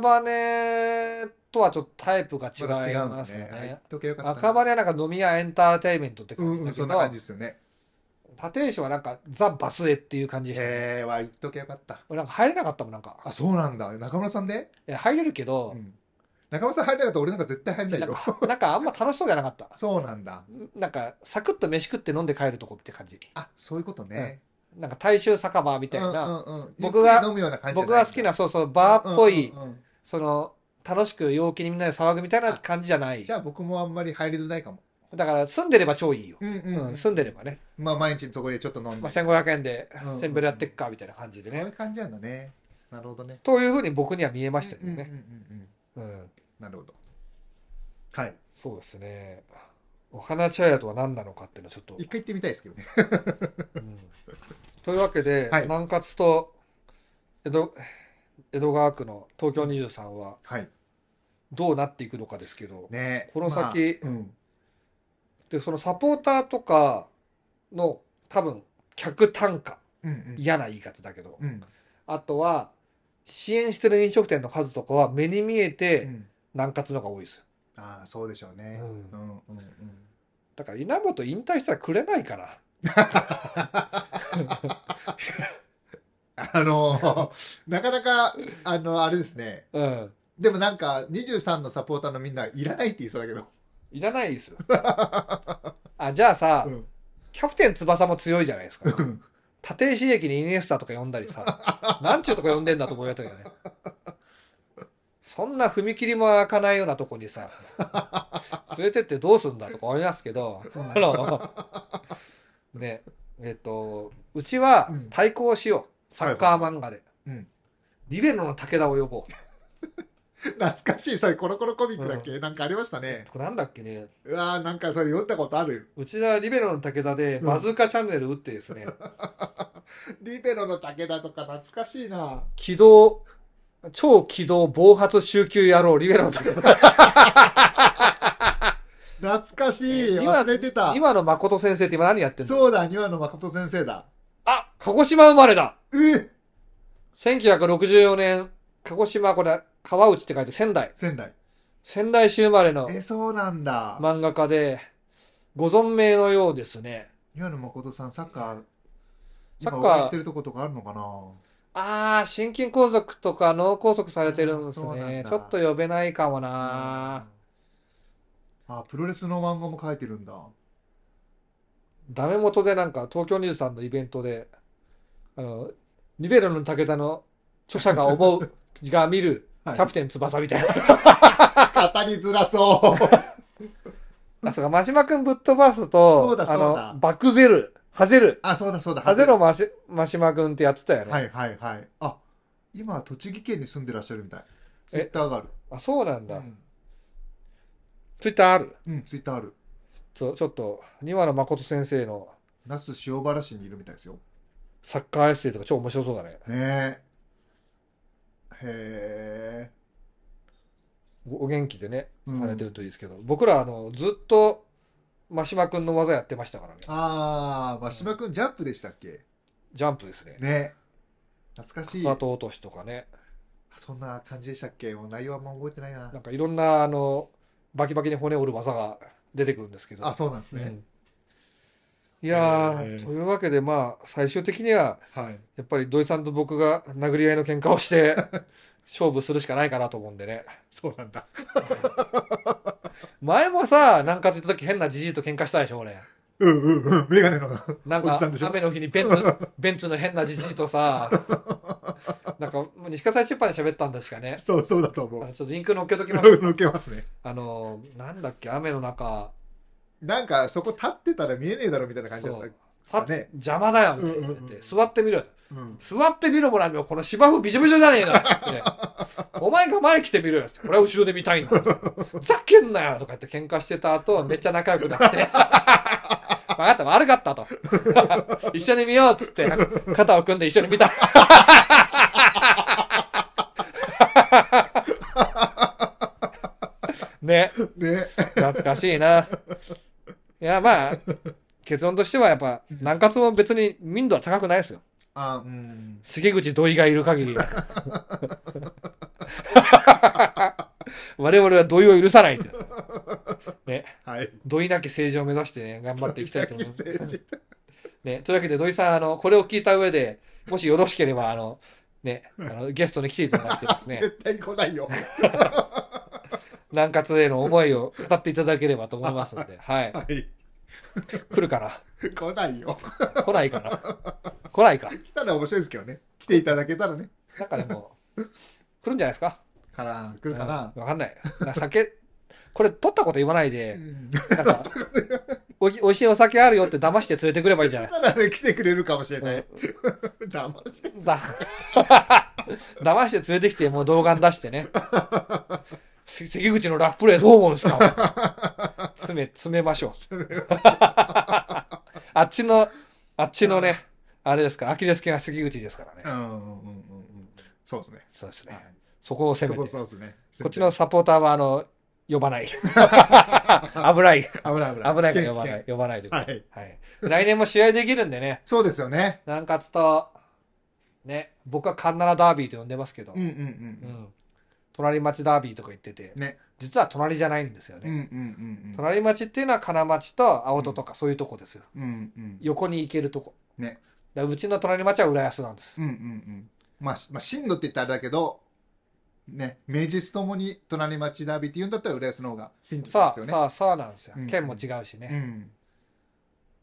[SPEAKER 2] 羽とはちょっとタイプが違
[SPEAKER 1] まだ
[SPEAKER 2] い
[SPEAKER 1] 違うん
[SPEAKER 2] ま
[SPEAKER 1] ですす
[SPEAKER 2] よ
[SPEAKER 1] ねあ行
[SPEAKER 2] ね
[SPEAKER 1] っ。とけばよかった
[SPEAKER 2] 赤羽はなんか飲み屋エンターテインメントって
[SPEAKER 1] う
[SPEAKER 2] 感
[SPEAKER 1] ん
[SPEAKER 2] じ
[SPEAKER 1] うん
[SPEAKER 2] だけ
[SPEAKER 1] そ
[SPEAKER 2] ど
[SPEAKER 1] んな、感じですよね
[SPEAKER 2] 立石はなんかザ・バスエっていう感じでしたね。
[SPEAKER 1] へえは行っとけばよかった
[SPEAKER 2] 俺なんか入れなかったもん、なんか。
[SPEAKER 1] あそうなんだ中村さんで
[SPEAKER 2] いや入れるけど、
[SPEAKER 1] うん中村さん入れなかったら俺なんか絶対入んない
[SPEAKER 2] なん
[SPEAKER 1] よ。
[SPEAKER 2] かなんかあんま楽しそうじゃなかった
[SPEAKER 1] そうなんだ。
[SPEAKER 2] なんかサクッと飯食って飲んで帰るとこって感じ
[SPEAKER 1] あ、そういうことね。
[SPEAKER 2] なんか大衆酒場みたいな、
[SPEAKER 1] うんうんうん
[SPEAKER 2] 僕が
[SPEAKER 1] ゆっくり飲むような感じじゃ
[SPEAKER 2] 僕
[SPEAKER 1] ないんだ
[SPEAKER 2] が好きなそうそうバーっぽい、
[SPEAKER 1] うんうんうん
[SPEAKER 2] その楽しく陽気にみんなで騒ぐみたいな感じじゃない
[SPEAKER 1] じゃあ僕もあんまり入りづらいかも。
[SPEAKER 2] だから住んでれば超いいよ、
[SPEAKER 1] うん
[SPEAKER 2] う
[SPEAKER 1] うんん。
[SPEAKER 2] 住んでればね、
[SPEAKER 1] まあ毎日そこでちょっと飲ん
[SPEAKER 2] ま
[SPEAKER 1] で。
[SPEAKER 2] あ、
[SPEAKER 1] そう
[SPEAKER 2] 1500円で
[SPEAKER 1] うんうん
[SPEAKER 2] せんべろやってっかみたいな感じでね、
[SPEAKER 1] いう感じなんだね。なるほどね。
[SPEAKER 2] というふうに僕には見えましたけど
[SPEAKER 1] う
[SPEAKER 2] ね
[SPEAKER 1] んうんうんうん
[SPEAKER 2] うん、
[SPEAKER 1] なるほど。はい。
[SPEAKER 2] そうですねお花茶屋とは何なのかっていうのはちょっと、
[SPEAKER 1] 一回行ってみたいですけどね。
[SPEAKER 2] うんというわけで、
[SPEAKER 1] はい
[SPEAKER 2] 南葛と江戸江戸川区の東京23は
[SPEAKER 1] はい。
[SPEAKER 2] どうなっていくのかですけど、
[SPEAKER 1] ね
[SPEAKER 2] この先
[SPEAKER 1] まあうん。
[SPEAKER 2] でそのサポーターとかの多分客単価
[SPEAKER 1] うん
[SPEAKER 2] 嫌な言い方だけど、
[SPEAKER 1] うん。うん。
[SPEAKER 2] あとは支援してる飲食店の数とかは目に見え
[SPEAKER 1] う
[SPEAKER 2] て
[SPEAKER 1] ん
[SPEAKER 2] 南葛の方が多いです
[SPEAKER 1] ああ、そうでしょうね。
[SPEAKER 2] う
[SPEAKER 1] うんんうんうん。
[SPEAKER 2] だから稲本引退したらくれないかな
[SPEAKER 1] あのー、 なかなか、あの、あれですね。
[SPEAKER 2] うん
[SPEAKER 1] でもなんか、23のサポーターのみんな、いらないって言いそうだけど。
[SPEAKER 2] いらないですよ あじゃあさ、
[SPEAKER 1] うん
[SPEAKER 2] キャプテン翼も強いじゃないですか
[SPEAKER 1] うん
[SPEAKER 2] 立石駅にイニエスタとか呼んだり さなんちゅうとこ呼んでんだと思いましたけどねそんな踏切も開かないようなとこにさ連れてってどうすんだとか思いますけどあの ねえっとうちは
[SPEAKER 1] うん
[SPEAKER 2] 対抗しよう、サッカー漫画で、
[SPEAKER 1] うん
[SPEAKER 2] リベロの武田を呼ぼう
[SPEAKER 1] 懐かしい、それコロコロコミックだっけ、なんかありましたね。
[SPEAKER 2] これなんだっけね
[SPEAKER 1] うわーなんかそれ読んだことある。
[SPEAKER 2] うちはリベロの武田でバズーカチャンネル打ってですね、
[SPEAKER 1] リベロの武田とか懐かしいな。
[SPEAKER 2] 軌道超軌道暴発集球野郎リベロの武田
[SPEAKER 1] 懐かしい。
[SPEAKER 2] 今
[SPEAKER 1] 忘れてた。
[SPEAKER 2] 今の誠先生って今何やってんの
[SPEAKER 1] そうだ、庭野誠先生だ。
[SPEAKER 2] あ鹿児島生まれだ
[SPEAKER 1] え
[SPEAKER 2] !1964 年、鹿児島、これ、川内って書いて仙台。
[SPEAKER 1] 仙台。
[SPEAKER 2] 仙台市生まれの
[SPEAKER 1] え、そうなんだ。
[SPEAKER 2] 漫画家で、ご存命のようですね。
[SPEAKER 1] 庭野誠さん、サッカー、
[SPEAKER 2] サッカー
[SPEAKER 1] 今応援してるとことかあるのかな
[SPEAKER 2] あー、心筋梗塞とか脳梗塞されてるんです
[SPEAKER 1] あーそうな
[SPEAKER 2] ね
[SPEAKER 1] ん。だ
[SPEAKER 2] ちょっと呼べないかもな、
[SPEAKER 1] あ、プロレスの漫画も書いてるんだ。
[SPEAKER 2] ダメ元でなんか、東京23のイベントで、あの、リベロの武田の著者が思う、が見る、キ
[SPEAKER 1] はい
[SPEAKER 2] ャプテン翼みたいな。
[SPEAKER 1] 語りづらそう。
[SPEAKER 2] あ、そうか、真島くんぶっ飛ばすと
[SPEAKER 1] そう、だ
[SPEAKER 2] あ
[SPEAKER 1] そうだ
[SPEAKER 2] の、バクゼル、ハゼル、
[SPEAKER 1] あ、そうだそうだ。
[SPEAKER 2] ハゼロマシマシマ君ってやってたよね。
[SPEAKER 1] はいはいはい。あ、今、栃木県に住んでらっしゃるみたい。ツイッターがある。
[SPEAKER 2] あ、そうなん
[SPEAKER 1] う
[SPEAKER 2] だ。
[SPEAKER 1] ん
[SPEAKER 2] ツイッターある
[SPEAKER 1] うん、ツイッターある。
[SPEAKER 2] ちょちょっと、庭野誠先生の
[SPEAKER 1] 那須塩原市にいるみたいですよ。
[SPEAKER 2] サッカーエッセイとか超面白そうだね。
[SPEAKER 1] ねえ。へえ。
[SPEAKER 2] おお元気でね、
[SPEAKER 1] うん
[SPEAKER 2] されてるといいですけど、僕ら、あの、ずっと、マシマ君の技やってましたからね。
[SPEAKER 1] ああ、真島くんジャンプでしたっけ
[SPEAKER 2] ジャンプですね。
[SPEAKER 1] ね。懐かしい。
[SPEAKER 2] あと落としとかね。
[SPEAKER 1] そんな感じでしたっけもう内容はあんま覚えてないな
[SPEAKER 2] な。んかいろんな、あの、バキバキに骨折る技が出てくるんですけど。
[SPEAKER 1] あ、そうなんです
[SPEAKER 2] う
[SPEAKER 1] ね。
[SPEAKER 2] んいや
[SPEAKER 1] へー
[SPEAKER 2] ー、というわけで、まあ、最終的には、
[SPEAKER 1] はい。
[SPEAKER 2] やっぱり土井さんと僕が殴り合いの喧嘩をして 勝負するしかないかなと思うんでね。
[SPEAKER 1] そうなんだ。
[SPEAKER 2] 前もさ、なんかって言った時変なじじいと喧嘩したでしょ、俺。
[SPEAKER 1] うんうんうん。メガネの。
[SPEAKER 2] なん
[SPEAKER 1] お
[SPEAKER 2] か
[SPEAKER 1] じさんでしょ
[SPEAKER 2] 雨の日にベンツ、 ベンツの変なじじいとさ、なんか西葛西出版で喋ったんだしかね。
[SPEAKER 1] そう、そうだと思
[SPEAKER 2] あ
[SPEAKER 1] う
[SPEAKER 2] の。ちょっとリンク載っけときます。
[SPEAKER 1] 受けますね。
[SPEAKER 2] あの、なんだっけ、雨の中、
[SPEAKER 1] なんか、そこ立ってたら見えねえだろみたいな感じだった
[SPEAKER 2] そ
[SPEAKER 1] で
[SPEAKER 2] う
[SPEAKER 1] す
[SPEAKER 2] さ
[SPEAKER 1] かね。
[SPEAKER 2] 邪魔だよ、みたいに言っ
[SPEAKER 1] うんうん
[SPEAKER 2] て
[SPEAKER 1] うん
[SPEAKER 2] 座ってみろよ。
[SPEAKER 1] うん。
[SPEAKER 2] 座ってみろもなんよ、この芝生びしょびしょじゃねえかってって。お前が前来てみろよって。俺は後ろで見たいんだって。ふざけんなよとか言って喧嘩してた後、めっちゃ仲良くなって。分かった、悪かったと。一緒に見ようっつって、肩を組んで一緒に見た。ね、
[SPEAKER 1] ね。
[SPEAKER 2] 懐かしいな。いや、まあ、結論としてはやっぱ、南葛も別に民度は高くないですよ。
[SPEAKER 1] あ、うん。
[SPEAKER 2] 関口土井がいる限り 我々は土井を許さないとね
[SPEAKER 1] はい。
[SPEAKER 2] 土井なき政治を目指してね頑張っていきたいと思い ます、
[SPEAKER 1] 政治
[SPEAKER 2] ね、というわけで土井さんあのこれを聞いた上でもしよろしけれ ばあのねあのゲストに来ていただいてですね
[SPEAKER 1] 絶対来ないよ。
[SPEAKER 2] 南葛への思いを語っていただければと思いますので、はい。
[SPEAKER 1] はい。
[SPEAKER 2] 来るか
[SPEAKER 1] 来ないよ。
[SPEAKER 2] な来ないかな来ないか。
[SPEAKER 1] 来たら面白いですけどね。来ていただけたらね。
[SPEAKER 2] なんかでも、来るんじゃないですか
[SPEAKER 1] から、来るかな。
[SPEAKER 2] うんわかんない。なんか酒、これ取ったこと言わないうで、
[SPEAKER 1] ん
[SPEAKER 2] なんか、おい美味しいお酒あるよって騙して連れてくればいいんじゃ
[SPEAKER 1] そ
[SPEAKER 2] な
[SPEAKER 1] し
[SPEAKER 2] い
[SPEAKER 1] たらね、来てくれるかもしれない。
[SPEAKER 2] うん
[SPEAKER 1] 騙して。
[SPEAKER 2] だ騙して連れてきてもう動画出してねせ関口のラフプレーどう思うんですか詰め詰めましょうあっちのあっちのねあれですかアキレス腱は関口ですからね、
[SPEAKER 1] うんうんうんうんうん。そうですね。
[SPEAKER 2] そうですね、
[SPEAKER 1] はい
[SPEAKER 2] そこを攻
[SPEAKER 1] そ
[SPEAKER 2] め
[SPEAKER 1] こ
[SPEAKER 2] て
[SPEAKER 1] そうですね。
[SPEAKER 2] こっちのサポーターはあの呼ばない危ない危
[SPEAKER 1] 危ない危ない。
[SPEAKER 2] ないか
[SPEAKER 1] 危
[SPEAKER 2] ら呼ばな
[SPEAKER 1] 険
[SPEAKER 2] い呼ばないでくださ
[SPEAKER 1] はい
[SPEAKER 2] い、はい、来年も試合できるんでね
[SPEAKER 1] そうですよね。
[SPEAKER 2] 南葛とね僕はカンナラダービーと呼んでますけど、
[SPEAKER 1] うんうん
[SPEAKER 2] う
[SPEAKER 1] うん。
[SPEAKER 2] ん、隣町ダービーとか言ってて、
[SPEAKER 1] ね。
[SPEAKER 2] 実は隣じゃないんですよね、
[SPEAKER 1] うんうんうんうん。
[SPEAKER 2] 隣町っていうのは金町と青戸とかそういうとこですよ、
[SPEAKER 1] うんうん。
[SPEAKER 2] 横に行けるとこ
[SPEAKER 1] ね
[SPEAKER 2] だからうちの隣町は浦安なんです、
[SPEAKER 1] うんうんうん。まあ、しまあ、進路って言ったらあれだけど、ね、名実ともに隣町ダービーって言うんだったら浦安の方がピンとき
[SPEAKER 2] さ
[SPEAKER 1] ま
[SPEAKER 2] あ
[SPEAKER 1] すよね。
[SPEAKER 2] さあさあなんですよ、
[SPEAKER 1] うん
[SPEAKER 2] 県も違うし
[SPEAKER 1] う
[SPEAKER 2] ね、
[SPEAKER 1] ん。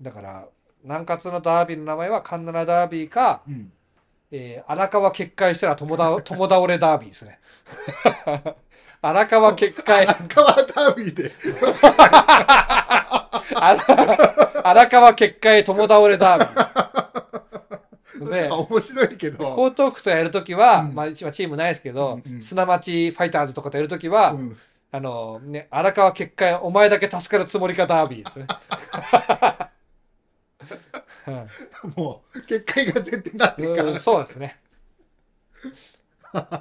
[SPEAKER 2] だから南葛のダービーの名前は神奈川ダービーか、
[SPEAKER 1] うん。
[SPEAKER 2] えー荒川決壊したら友だ友倒れダービーですね 荒川決壊
[SPEAKER 1] 川ダービーで。
[SPEAKER 2] 荒荒川決壊友倒れダー ビーね
[SPEAKER 1] 面白いけど。
[SPEAKER 2] 江東区とやるときは、
[SPEAKER 1] うん
[SPEAKER 2] まあ、うちはチームないですけど、
[SPEAKER 1] うんうん
[SPEAKER 2] 砂町ファイターズとかとやるときは、
[SPEAKER 1] うん
[SPEAKER 2] あのね、荒川結界、お前だけ助かるつもりかダービーで すね。はい
[SPEAKER 1] もう、結界が絶対なってるから。
[SPEAKER 2] うんそうですね。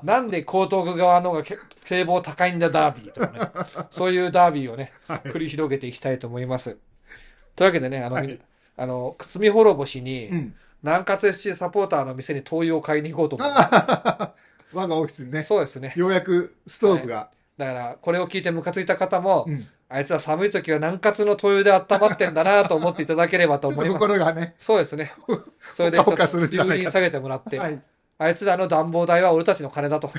[SPEAKER 2] なんで江東区側の方がけ堤防高いんだダービーとかね、そういうダービーをね、繰り広げていきたいと思います。というわけでね、あの、
[SPEAKER 1] はい
[SPEAKER 2] あの、罪滅ぼしに、
[SPEAKER 1] うん。
[SPEAKER 2] 南葛 SC サポーターの店に灯油を買いに行こうと思いま
[SPEAKER 1] ああ、我がオフィスにね
[SPEAKER 2] す。、そうですね。
[SPEAKER 1] ようやくストーブが。
[SPEAKER 2] だから、これを聞いてムカついた方も、
[SPEAKER 1] うん。ち
[SPEAKER 2] あいつは寒い時は南葛の灯油で温まってんだなと思っていただければと
[SPEAKER 1] ょっと
[SPEAKER 2] 思います。
[SPEAKER 1] 心がね。
[SPEAKER 2] そうですね。それで、ちょ
[SPEAKER 1] ほかほか
[SPEAKER 2] っと
[SPEAKER 1] するんじゃないか
[SPEAKER 2] 留に下げてもらって、
[SPEAKER 1] はい。
[SPEAKER 2] あいつらの暖房代は俺たちの 金だと。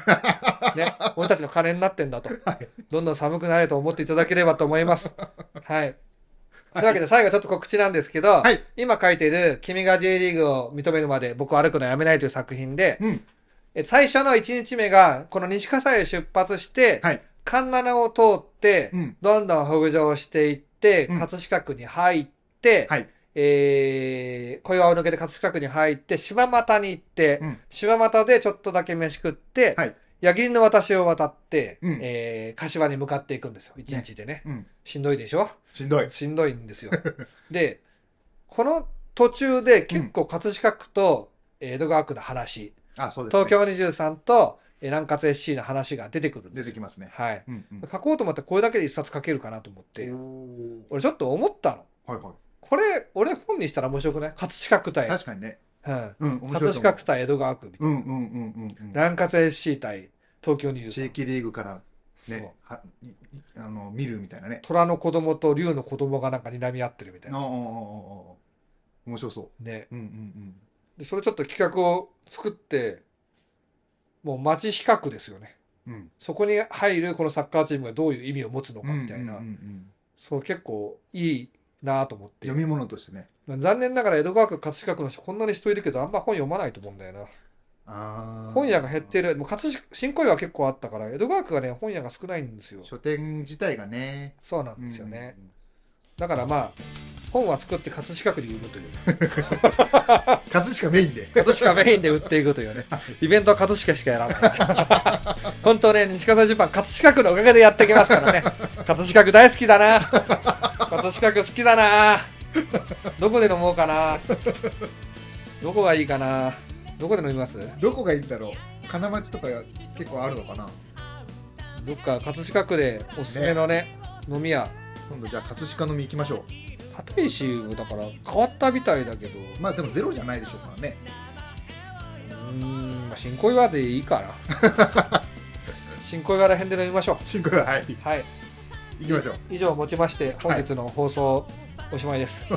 [SPEAKER 2] ね、俺たちの金になってんだと。
[SPEAKER 1] はい
[SPEAKER 2] どんどん寒くなれと思っていただければと思います。はい。というわけで、最後ちょっと告知なんですけど、
[SPEAKER 1] はい
[SPEAKER 2] 今書いてる、君が J リーグを認めるまで僕は歩くのやめないという作品で、
[SPEAKER 1] うん。
[SPEAKER 2] え最初の1日目が、この西葛西を出発して、
[SPEAKER 1] はい。
[SPEAKER 2] 環七を通って、
[SPEAKER 1] うん。
[SPEAKER 2] どんどん北上していって、
[SPEAKER 1] うん
[SPEAKER 2] 葛飾区に入って、
[SPEAKER 1] はい。
[SPEAKER 2] えー、小岩を抜けて葛飾区に入って、島又に行って、
[SPEAKER 1] うん
[SPEAKER 2] 島又でちょっとだけ飯食って、
[SPEAKER 1] はい
[SPEAKER 2] 矢切の私を渡って、
[SPEAKER 1] うん
[SPEAKER 2] えー柏に向かっていくんですよ。一日でね。
[SPEAKER 1] うん。
[SPEAKER 2] しんどいでしょ
[SPEAKER 1] しんどい。
[SPEAKER 2] しんどいんですよ。 で、この途中で結構葛飾区と江戸川区の話、
[SPEAKER 1] あ、そうです、ね。
[SPEAKER 2] 東。京23とえー南葛 SC の話が出てくるんで
[SPEAKER 1] 出て
[SPEAKER 2] すよ。
[SPEAKER 1] きますね。
[SPEAKER 2] はい。
[SPEAKER 1] うんうん。
[SPEAKER 2] 書こうと思ってこれだけで一冊書けるかなと思って、
[SPEAKER 1] おー
[SPEAKER 2] 俺ちょっと思ったの
[SPEAKER 1] はいは
[SPEAKER 2] これ俺本にしたら面白くない葛飾区
[SPEAKER 1] い。
[SPEAKER 2] 対、
[SPEAKER 1] 確かにね。
[SPEAKER 2] うん、
[SPEAKER 1] うん、面白
[SPEAKER 2] 葛
[SPEAKER 1] いと思
[SPEAKER 2] 飾
[SPEAKER 1] う
[SPEAKER 2] 区。対江戸川区みたい
[SPEAKER 1] うんうんうんうん
[SPEAKER 2] な南葛 SC 対東京
[SPEAKER 1] うん。
[SPEAKER 2] 23
[SPEAKER 1] 地域リーグから
[SPEAKER 2] そう、
[SPEAKER 1] ね、はいいあの、見るみたいなね。
[SPEAKER 2] 虎の子供と竜の子供がなんか睨み合ってるみたい
[SPEAKER 1] ああ、あ
[SPEAKER 2] な、
[SPEAKER 1] あ、ああああ面白そ
[SPEAKER 2] ね、
[SPEAKER 1] う。うんうん
[SPEAKER 2] でそれちょっと企画を作ってもう町比較ですよね
[SPEAKER 1] うん。うん。
[SPEAKER 2] そこに入るこのサッカーチームがどういう意味を持つのかみたいな、
[SPEAKER 1] うんうんうん
[SPEAKER 2] そう結構いいなと思って
[SPEAKER 1] 読み物としてね。
[SPEAKER 2] 残念ながら江戸川区葛飾区の人こんなに人いるけどあんま本読まないと思うんだよな
[SPEAKER 1] ああ。
[SPEAKER 2] 本屋が減ってる、もう葛飾、新小岩は結構あったから、江戸川区がね、本屋が少ないんですよ。
[SPEAKER 1] 書店自体がね。
[SPEAKER 2] そうなんですよね。だからまあ、本は作って葛飾区に売るという、
[SPEAKER 1] うんうん。数しかメインで。
[SPEAKER 2] 葛飾メインで売っていくというね、イベント は葛飾しかやらない。 本当ね、西葛西ジパン、葛飾区のおかげでやってきますからね、葛飾区大好きだな、葛飾区好きだな、どこで飲もうかな、どこがいいかな、どこで飲みます
[SPEAKER 1] どこがいいんだろう。金町とか結構あるのかな。
[SPEAKER 2] どっか葛飾区でおすすめのね飲み屋。
[SPEAKER 1] 今度じゃあ葛飾飲み行きましょ
[SPEAKER 2] 立石もだから変わったみたいだけど
[SPEAKER 1] う。まあでもゼロじゃないでしょうからね。
[SPEAKER 2] うーんまあ新小岩でいいかな 新小岩ら辺で飲みましょ
[SPEAKER 1] 新婚はい。
[SPEAKER 2] う はい
[SPEAKER 1] 行きましょう。
[SPEAKER 2] 以上をもちまして本日の放送おしまいです、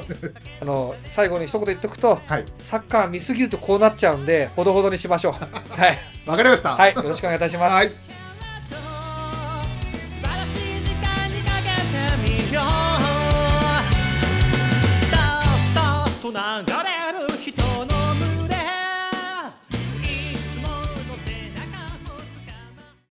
[SPEAKER 2] あの最後に一言言っとくと
[SPEAKER 1] はい。
[SPEAKER 2] サッカー見すぎるとこうなっちゃうんでほどほどに しましょうはい、
[SPEAKER 1] わかりました。
[SPEAKER 2] はい、よろしくお願いいたします
[SPEAKER 1] はい。
[SPEAKER 3] 素晴らしい
[SPEAKER 2] と長